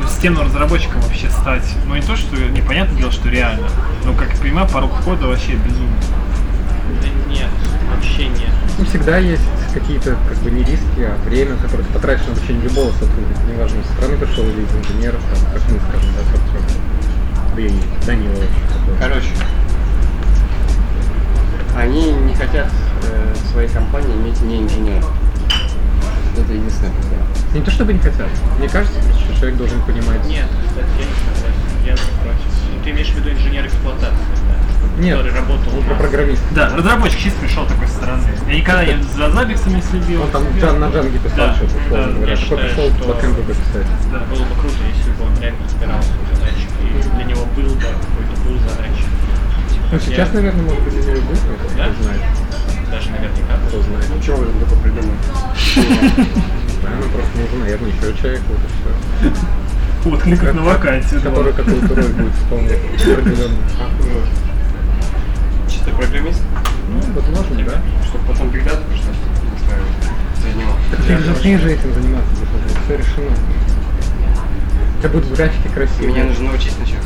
Speaker 4: Ну, системным разработчиком вообще стать, ну, не то, что, непонятное дело, что реально. Но, как я понимаю, порог входа вообще безумный.
Speaker 6: Да нет, вообще нет.
Speaker 2: Ну, всегда есть какие-то, как бы, не риски, а время, которое ты потратишь на обучение любого сотрудника, неважно, со стороны пришел или из инженеров, там, как мы, скажем, да, с Артёмом.
Speaker 7: Андрей Данилович. который-
Speaker 3: Короче, они не хотят э, в своей компании иметь не инженера. Это единственная проблема.
Speaker 2: Не то чтобы не хотят. Мне кажется, что человек должен понимать.
Speaker 6: Нет, кстати, я не согласен. Я против. Ну, Ты имеешь в виду инженер эксплуатации, да?
Speaker 2: Нет.
Speaker 6: Который работал
Speaker 2: Он
Speaker 6: у
Speaker 2: про
Speaker 6: нас.
Speaker 2: программист.
Speaker 4: Да, разработчик чисто пришел такой со стороны. Я никогда не за забиксами следил.
Speaker 2: Он там джан- на джанге писал
Speaker 4: Да,
Speaker 2: что-то, условно
Speaker 4: да,
Speaker 2: говоря.
Speaker 6: я
Speaker 2: Такой
Speaker 6: считаю,
Speaker 2: пришел
Speaker 6: что-
Speaker 2: бэкэнду писать.
Speaker 4: Да.
Speaker 6: Было бы круто, если бы он реально разбирался в задачах. И для него был бы какой-то был задача.
Speaker 2: Ну, сейчас,
Speaker 6: Я-
Speaker 2: наверное, может быть, и не люблю, кто
Speaker 6: Да?
Speaker 2: знает.
Speaker 6: Даже наверняка.
Speaker 2: Кто знает.
Speaker 3: Ну чего вы там такое придумали?
Speaker 2: Да, ну, просто нужен, наверное, еще человек, вот и все.
Speaker 4: Отклик как на вакансию. да.
Speaker 2: Который какую-то роль будет исполнять определенную.
Speaker 3: Чисто программист,
Speaker 2: Ну, возможно, да.
Speaker 3: чтобы потом бигдату пришлось устраивать за него.
Speaker 2: Ты же ты же этим заниматься будешь, все решено. У тебя будут графики красивые.
Speaker 3: Меня нужно научить сначала.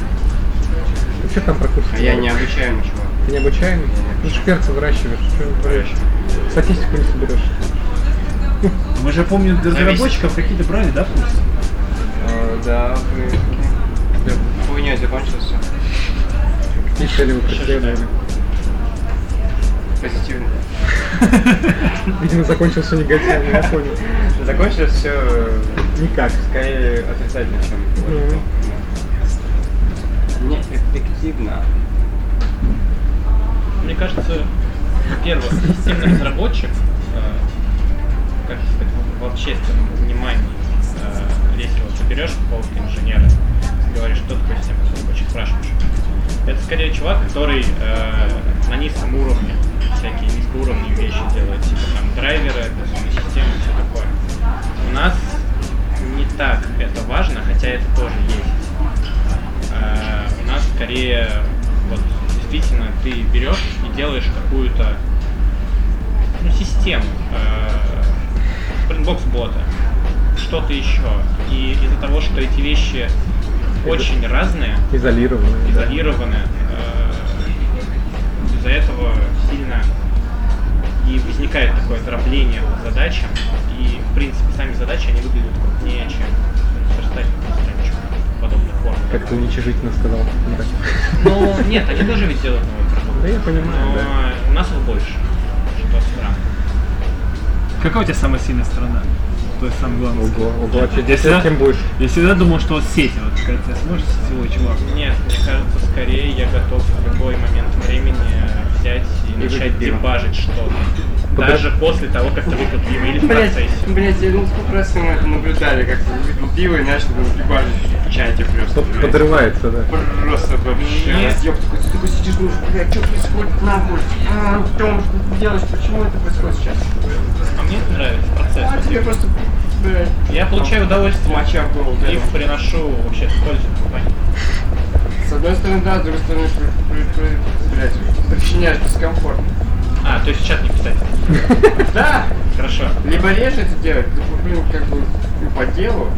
Speaker 2: Ты что там про курсы?
Speaker 3: А я не обучаю ничего.
Speaker 2: Ты не обучаемый? Ты же перцы выращиваешь. Что выращиваешь? Статистику не соберешь.
Speaker 4: Мы же помним разработчиков какие-то брали, да, курсы?
Speaker 3: Э, Да, вы... Хуйня закончилась все.
Speaker 2: И цели вы преследовали.
Speaker 3: Позитивно.
Speaker 2: Видимо, закончился негативно, я понял.
Speaker 3: Закончилось все
Speaker 2: Никак.
Speaker 3: скорее отрицательно, чем
Speaker 2: Мгм.
Speaker 3: Неэффективно.
Speaker 6: Мне кажется, первое, системный разработчик, э, как сказать, в общественном понимании, э, если вот ты берешь какого-то инженера, говоришь, что такое системный разработчик, спрашиваешь. Это скорее чувак, который э, на низком уровне всякие низкоуровневые вещи делает, типа там драйверы, операционной системы, все такое. У нас не так это важно, хотя это тоже есть. Э, у нас скорее вот действительно ты берешь и делаешь какую-то ну, систему э, Springbox бота, что-то еще. И из-за того, что эти вещи очень разные,
Speaker 2: Изолированные. да.
Speaker 6: изолированы, э, из-за этого сильно и возникает такое дробление по задачам, и в принципе сами задачи они выглядят крупнее, чем верстать подобных форм.
Speaker 2: Как ты уничижительно сказал. Да.
Speaker 6: Ну, нет, они тоже ведь делают новый продукт.
Speaker 2: Да я понимаю,
Speaker 6: Но
Speaker 2: да.
Speaker 6: у нас их больше, что странно.
Speaker 4: Какая у тебя самая сильная страна? То есть самое главное.
Speaker 2: Ого, ого, а чё,
Speaker 4: Я всегда-
Speaker 2: тем больше.
Speaker 4: Я всегда думал, что вот сети, вот когда ты сможешь сетевой чувак.
Speaker 6: Нет, мне кажется, скорее я готов в любой момент времени взять и, начать дебажить что-то.
Speaker 2: Подо-
Speaker 6: Даже после того, как ты выпил пиво или в
Speaker 3: Блять,
Speaker 6: процессе.
Speaker 3: блять, я ну сколько раз мы это наблюдали, как выпил пиво и начал ебать в чате просто.
Speaker 2: Что-то
Speaker 3: блядь.
Speaker 2: подрывается, да.
Speaker 3: Просто вообще.
Speaker 6: Нет.
Speaker 3: Ёб, такой, ты такой сидишь, ну, блядь, что происходит нахуй? А, Тём, что ты делаешь? Почему это происходит сейчас?
Speaker 6: А мне это нравится процесс.
Speaker 3: А тебе просто, блядь.
Speaker 6: Я получаю удовольствие
Speaker 3: Моча в голову, да.
Speaker 6: и приношу вообще пользу компании.
Speaker 3: С одной стороны, да, с другой стороны, пр- пр- пр- блядь, причиняешь дискомфорт.
Speaker 6: А, то есть в чат не писать.
Speaker 3: Да!
Speaker 6: Хорошо.
Speaker 3: Либо режь это делать, либо, блин, как бы ну, по делу,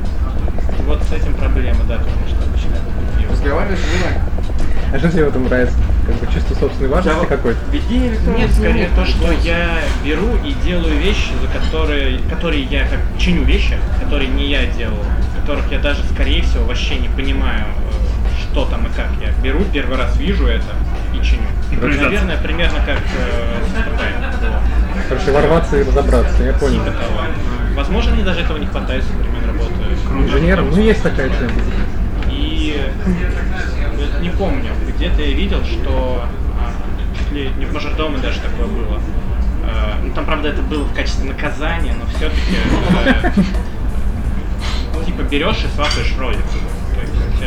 Speaker 6: Вот с этим проблема, да, потому что обычно я выпил пиво.
Speaker 3: разговариваешь с женой.
Speaker 2: А что тебе в этом нравится? Как бы чувство собственной важности какой-то?
Speaker 3: Веди электронную
Speaker 4: ну,
Speaker 6: Нет, скорее
Speaker 3: дневник.
Speaker 6: то, что я беру и делаю вещи, за которые, которые я как бы чиню вещи, которые не я делал, которых я даже, скорее всего, вообще не понимаю, э, что там и как. Я беру, первый раз вижу это и чиню.
Speaker 4: Импровизация.
Speaker 6: Наверное, примерно как э, с Китаем было.
Speaker 2: Короче, ворваться и разобраться, я понял.
Speaker 6: Типа того. Возможно, мне даже этого не хватает со времен работы.
Speaker 2: Инженером? Ну, есть такая тема.
Speaker 6: И э, не помню, где-то я видел, что а, чуть ли не в Мажордоме даже такое было. Э, Ну, там, правда, это было в качестве наказания, но все-таки типа берешь и свапаешь ролик. То есть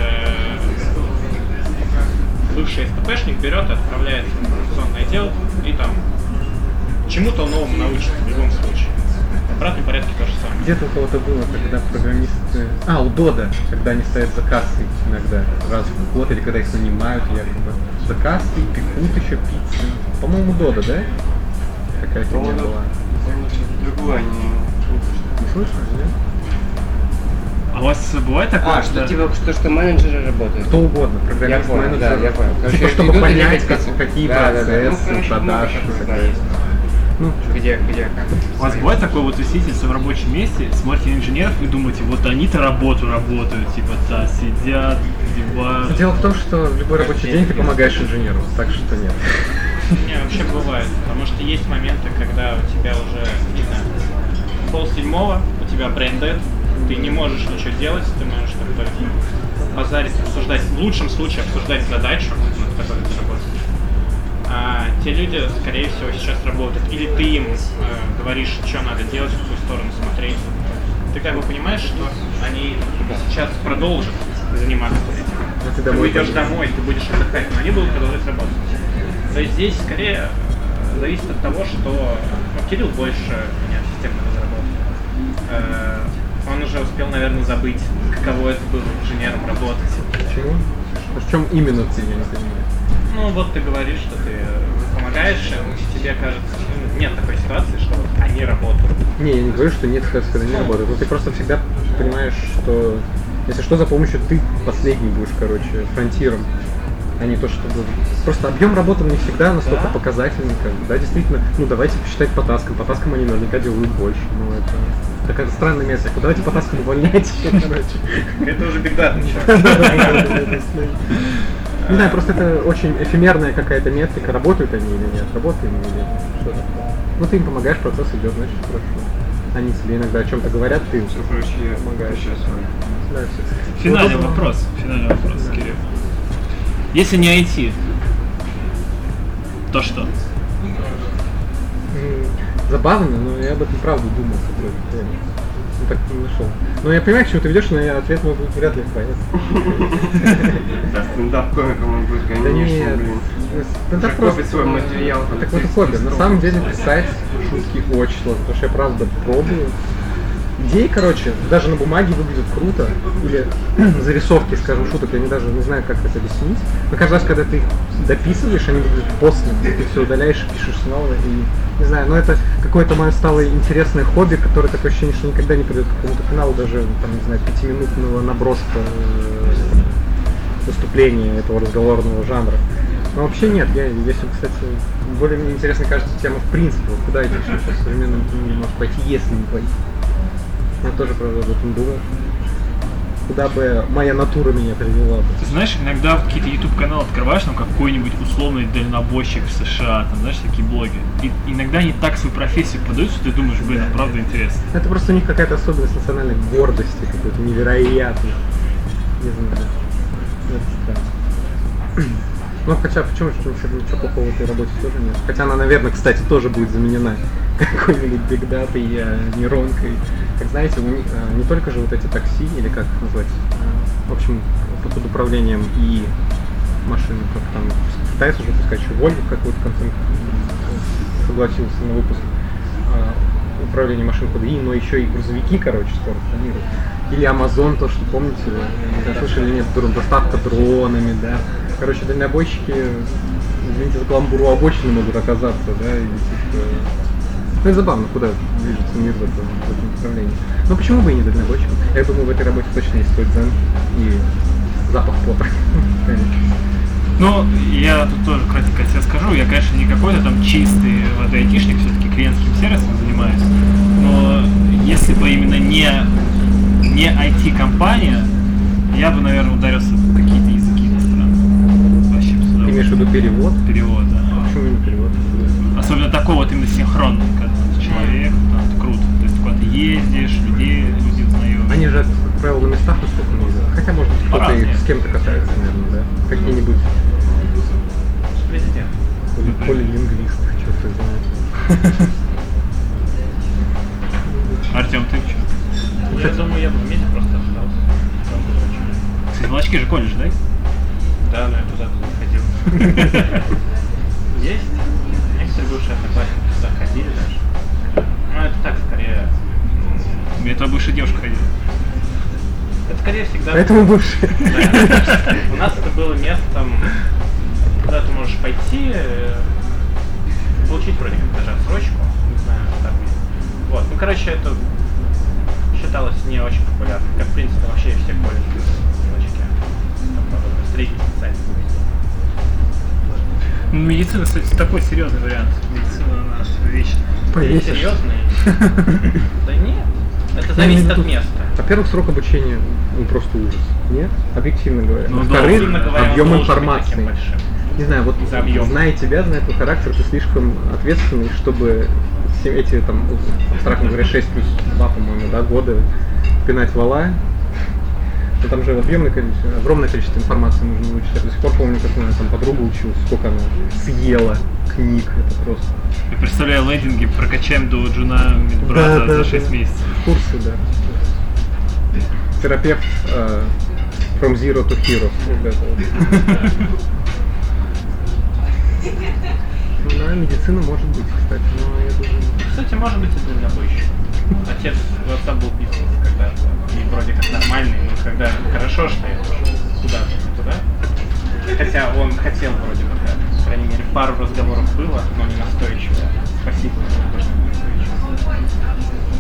Speaker 6: э, бывший СТПшник берет и отправляется в информационный отдел и там чему-то новому научится в любом случае. В обратном порядке то же самое.
Speaker 2: Где-то у кого-то было, когда программисты... А, у Дода, когда они стоят за кассой иногда, раз в год, или когда их нанимают якобы. За кассой пекут еще пиццы. По-моему, у Дода, да? Такая фигня
Speaker 3: По-моему,
Speaker 2: была.
Speaker 3: Они что-то другое, а они...
Speaker 2: Не слышали, да?
Speaker 4: А у вас бывает такое?
Speaker 3: А, что типа, что, что менеджеры работают.
Speaker 2: Кто угодно,
Speaker 3: Я
Speaker 2: программист,
Speaker 3: понял,
Speaker 2: менеджер.
Speaker 3: да, я понял.
Speaker 2: Типа,
Speaker 3: Короче,
Speaker 2: чтобы
Speaker 3: идут и
Speaker 2: понять,
Speaker 3: бегают
Speaker 2: как-
Speaker 3: пиццу.
Speaker 2: какие
Speaker 3: Да, да, да. Ну,
Speaker 2: процессы,
Speaker 3: короче, ну,
Speaker 2: задачи.
Speaker 3: как-то, да,
Speaker 2: такие.
Speaker 3: есть.
Speaker 2: Ну,
Speaker 3: где, где, как.
Speaker 4: У вас бывает такой вот усилитель в рабочем месте, смотрите инженеров и думаете, вот они-то работу работают, типа, да, сидят, дебают.
Speaker 2: Дело в том, что в любой рабочий день ты помогаешь инженеру, так что нет.
Speaker 6: Не, вообще бывает, потому что есть моменты, когда у тебя уже, не знаю, пол седьмого, у тебя брендед, ты не можешь ничего делать, ты можешь там только базарить, обсуждать, в лучшем случае обсуждать задачу, над которой ты работаешь. А те люди, скорее всего, сейчас работают. Или ты им э, говоришь, что надо делать, в какую сторону смотреть. Ты как бы понимаешь, что они сейчас продолжат заниматься этим
Speaker 2: А ты
Speaker 6: ты
Speaker 2: домой
Speaker 6: уйдешь
Speaker 2: пойдешь.
Speaker 6: домой, ты будешь отдыхать, но они будут продолжать работать. То есть здесь скорее э, зависит от того, что ну, Кирилл больше меня системно разработки. Э, Он уже успел, наверное, забыть, каково это было инженером работать.
Speaker 2: Почему? А В чем именно ты, я не понимаю.
Speaker 6: Ну вот ты говоришь, что ты э, помогаешь, им, тебе кажется, ну, нет такой ситуации, что вот они работают.
Speaker 2: Не, я не говорю, что нет ситуации, когда не работает. Но ты просто всегда понимаешь, что если что, за помощью ты последний будешь, короче, фронтиром. А не то, чтобы... Просто объем работы не всегда настолько
Speaker 6: Да.
Speaker 2: показательный, как бы, да, действительно, ну давайте посчитать по таскам. По таскам они наверняка делают больше. Ну это какая-то странная мерзость. Ну, Давайте по таскам увольняйте, короче.
Speaker 6: Это уже бигдат
Speaker 2: Не знаю, просто это очень эфемерная какая-то метрика, работают они или нет, работают они или нет, что такое. Ну ты им помогаешь, процесс идет, значит хорошо. Они тебе иногда о чем-то говорят, ты им
Speaker 3: Все проще,
Speaker 2: Помогаешь.
Speaker 3: проще освоить.
Speaker 2: Да, всё.
Speaker 4: Финальный
Speaker 2: Вот это-
Speaker 4: вопрос, финальный вопрос, Кирилл. Если не IT, то что?
Speaker 2: М, Забавно, но я об этом правду думал какое-то время. Ну, так не нашел. Но я понимаю, к чему ты ведешь, но я ответ мой будет вряд ли понятен.
Speaker 3: Да, стендап-комиком он будет,
Speaker 2: Да
Speaker 3: конечно,
Speaker 2: нет.
Speaker 3: блин.
Speaker 2: Ну, Это
Speaker 3: Уже
Speaker 2: просто
Speaker 3: копит свой материал, там,
Speaker 2: Так вот и
Speaker 3: текст
Speaker 2: хобби.
Speaker 3: из
Speaker 2: На
Speaker 3: того.
Speaker 2: самом деле писать шутки очень сложно, потому что я правда пробую. Идеи, короче, даже на бумаге выглядят круто. Или зарисовки, скажем, шуток, я не даже не знаю, как это объяснить. Но каждый раз, когда ты их дописываешь, они выглядят после. Ты все удаляешь, пишешь снова и не знаю, но это какое-то мое стало интересное хобби, которое такое ощущение, что никогда не придет к какому-то финалу, даже там, не знаю, пятиминутного наброска э, выступление этого разговорного жанра. Но вообще нет, я, если, кстати, более мне интересно кажется тема в принципе, вот куда идти сейчас в современном мире может пойти, если не пойти. Я тоже, правда, об этом думал. Куда бы моя натура меня привела бы.
Speaker 4: Ты знаешь, иногда какие-то YouTube каналы открываешь, там какой-нибудь условный дальнобойщик в США, там, знаешь, такие блоги. И иногда они так свою профессию подают, что ты думаешь, блин, это правда интересно.
Speaker 2: Это просто у них какая-то особенность национальной гордости, какой-то невероятной. Не знаю. Это странно. Ну, хотя, почему же вообще ничего плохого в этой работе тоже нет? Хотя она, наверное, кстати, тоже будет заменена какой-нибудь бигдатой, э, нейронкой. Как знаете, у них, э, не только же вот эти такси, или как их назвать, э, в общем, под под управлением и машины, как там, пытаются уже пускать еще Volvo какой-то в конце согласился на выпуск э, управления машин под ИИ, но еще и грузовики, короче, скоро планируют. Или Amazon, то, что помните, э, не слышали или нет, дрон- доставка дронами, да. Короче, дальнобойщики, извините за каламбуру, обочины могут оказаться, да, или типа... Ну, это забавно, куда движется мир в этом, в этом направлении. Но почему бы и не дальнобойщиком? Я думаю, в этой работе точно есть свой дзен и запах пота. Конечно.
Speaker 4: Ну, я тут тоже кратенько тебе скажу, я, конечно, не какой-то там чистый вот айтишник, все-таки клиентским сервисом занимаюсь, но если бы именно не, не IT-компания, я бы, наверное, ударился в какие-то языки иностранные. Вообще бы с
Speaker 2: Ты имеешь в
Speaker 4: удовольствием.
Speaker 2: виду перевод?
Speaker 4: Перевод, да.
Speaker 2: Почему не перевод?
Speaker 4: Особенно такой вот именно синхронный, когда ты человек, там, это круто. То есть ты куда-то ездишь, людей, люди узнаешь.
Speaker 2: Они же, как правило, на местах насколько не знаю. Хотя, может быть, кто-то и
Speaker 4: По-разному.
Speaker 2: с кем-то касается, наверное, да? Какие-нибудь
Speaker 6: Президент.
Speaker 2: поли- полилингвисты, черт их знает.
Speaker 4: Артем, ты что?
Speaker 6: Ну, Я думаю, я бы в месте просто остался.
Speaker 4: Кстати, молочки же колледж, да?
Speaker 6: Да, но я туда ходил. Есть. Некоторые бывшие одноклассники туда ходили даже. Ну, это так скорее.
Speaker 4: У меня твоя бывшая девушка ходила.
Speaker 6: Это скорее всегда...
Speaker 2: Поэтому бывшие.
Speaker 6: Да. У нас это было местом, куда ты можешь пойти, э, получить вроде как даже отсрочку, не знаю, там. Вот, ну, короче, это считалось не очень популярным, как, в принципе, вообще все колледжи в очке. Там, по-моему, Средний специальный
Speaker 4: Ну, Медицина, кстати, такой серьезный вариант. Медицина, она вечно.
Speaker 2: Повесишь.
Speaker 6: Серьезно? Да нет. Это зависит от места.
Speaker 2: Во-первых, срок обучения ну, просто ужас. Нет? Объективно говоря.
Speaker 4: Ну да,
Speaker 2: Во-вторых,
Speaker 4: объективно говоря, он
Speaker 2: объем
Speaker 4: должен быть таким
Speaker 2: информации.
Speaker 4: большим.
Speaker 2: Не знаю, вот
Speaker 4: За объем.
Speaker 2: зная тебя, зная твой характер, ты слишком ответственный, чтобы все эти там, абстрактно говоря, 6 плюс 2, по-моему, да, года пинать вала. Но там же объемное количество, огромное количество информации нужно выучить. Я до сих пор помню, как у меня там подруга училась, сколько она съела книг, это просто.
Speaker 4: Я представляю лендинги, прокачаем до джуна медбрата
Speaker 2: Да, да,
Speaker 4: за
Speaker 2: да.
Speaker 4: 6 месяцев.
Speaker 2: Курсы, да. Терапевт э, From Zero to Hero. Вот это вот. Ну, да, медицина может быть, кстати, но я думаю...
Speaker 6: Кстати, может быть, это для обоих. Отец у отца был бизнес когда-то. И вроде как нормальный, но когда хорошо, что я пошел куда-то не туда. Хотя он хотел вроде бы, да. По крайней мере, пару разговоров было, но не настойчиво. Спасибо за то, что не настойчиво.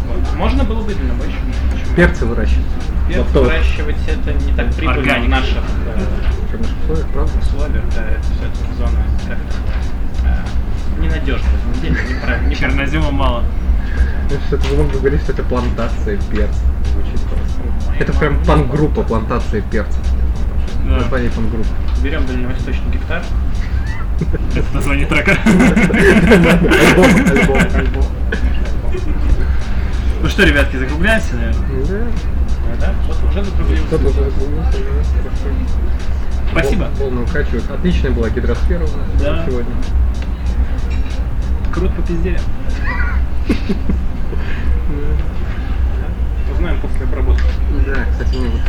Speaker 6: Вот. Можно было бы для обоих. Почему?
Speaker 2: Перцы выращивать.
Speaker 6: Перец
Speaker 2: Во-вторых,
Speaker 6: выращивать это не так прибыльно
Speaker 4: Органик.
Speaker 6: в наших
Speaker 2: в наших условиях, правда?
Speaker 6: э, условиях, да, это все-таки зона как это, э, ненадежного земледелия, неправильно. не-
Speaker 4: Чернозема мало.
Speaker 2: Ну, что ты мог бы говорить, что это плантация перцев. Звучит просто. Это прям пангруппа плантация перцев.
Speaker 4: Да.
Speaker 2: Название пангруппы.
Speaker 6: Берем дальневосточный гектар,
Speaker 4: Это название трека.
Speaker 2: Альбом, альбом, альбом.
Speaker 4: Ну что, ребятки, закругляемся, наверное.
Speaker 2: Да,
Speaker 6: да? Кто-то уже закруглился.
Speaker 2: кто-то уже заблудился, да, хорошо.
Speaker 4: Спасибо.
Speaker 2: Пол- Полно укачивает. Отличная была гидросфера у нас
Speaker 4: Да.
Speaker 2: сегодня.
Speaker 4: Круто по пизде.
Speaker 6: Узнаем после обработки.
Speaker 2: Да, кстати, мне вот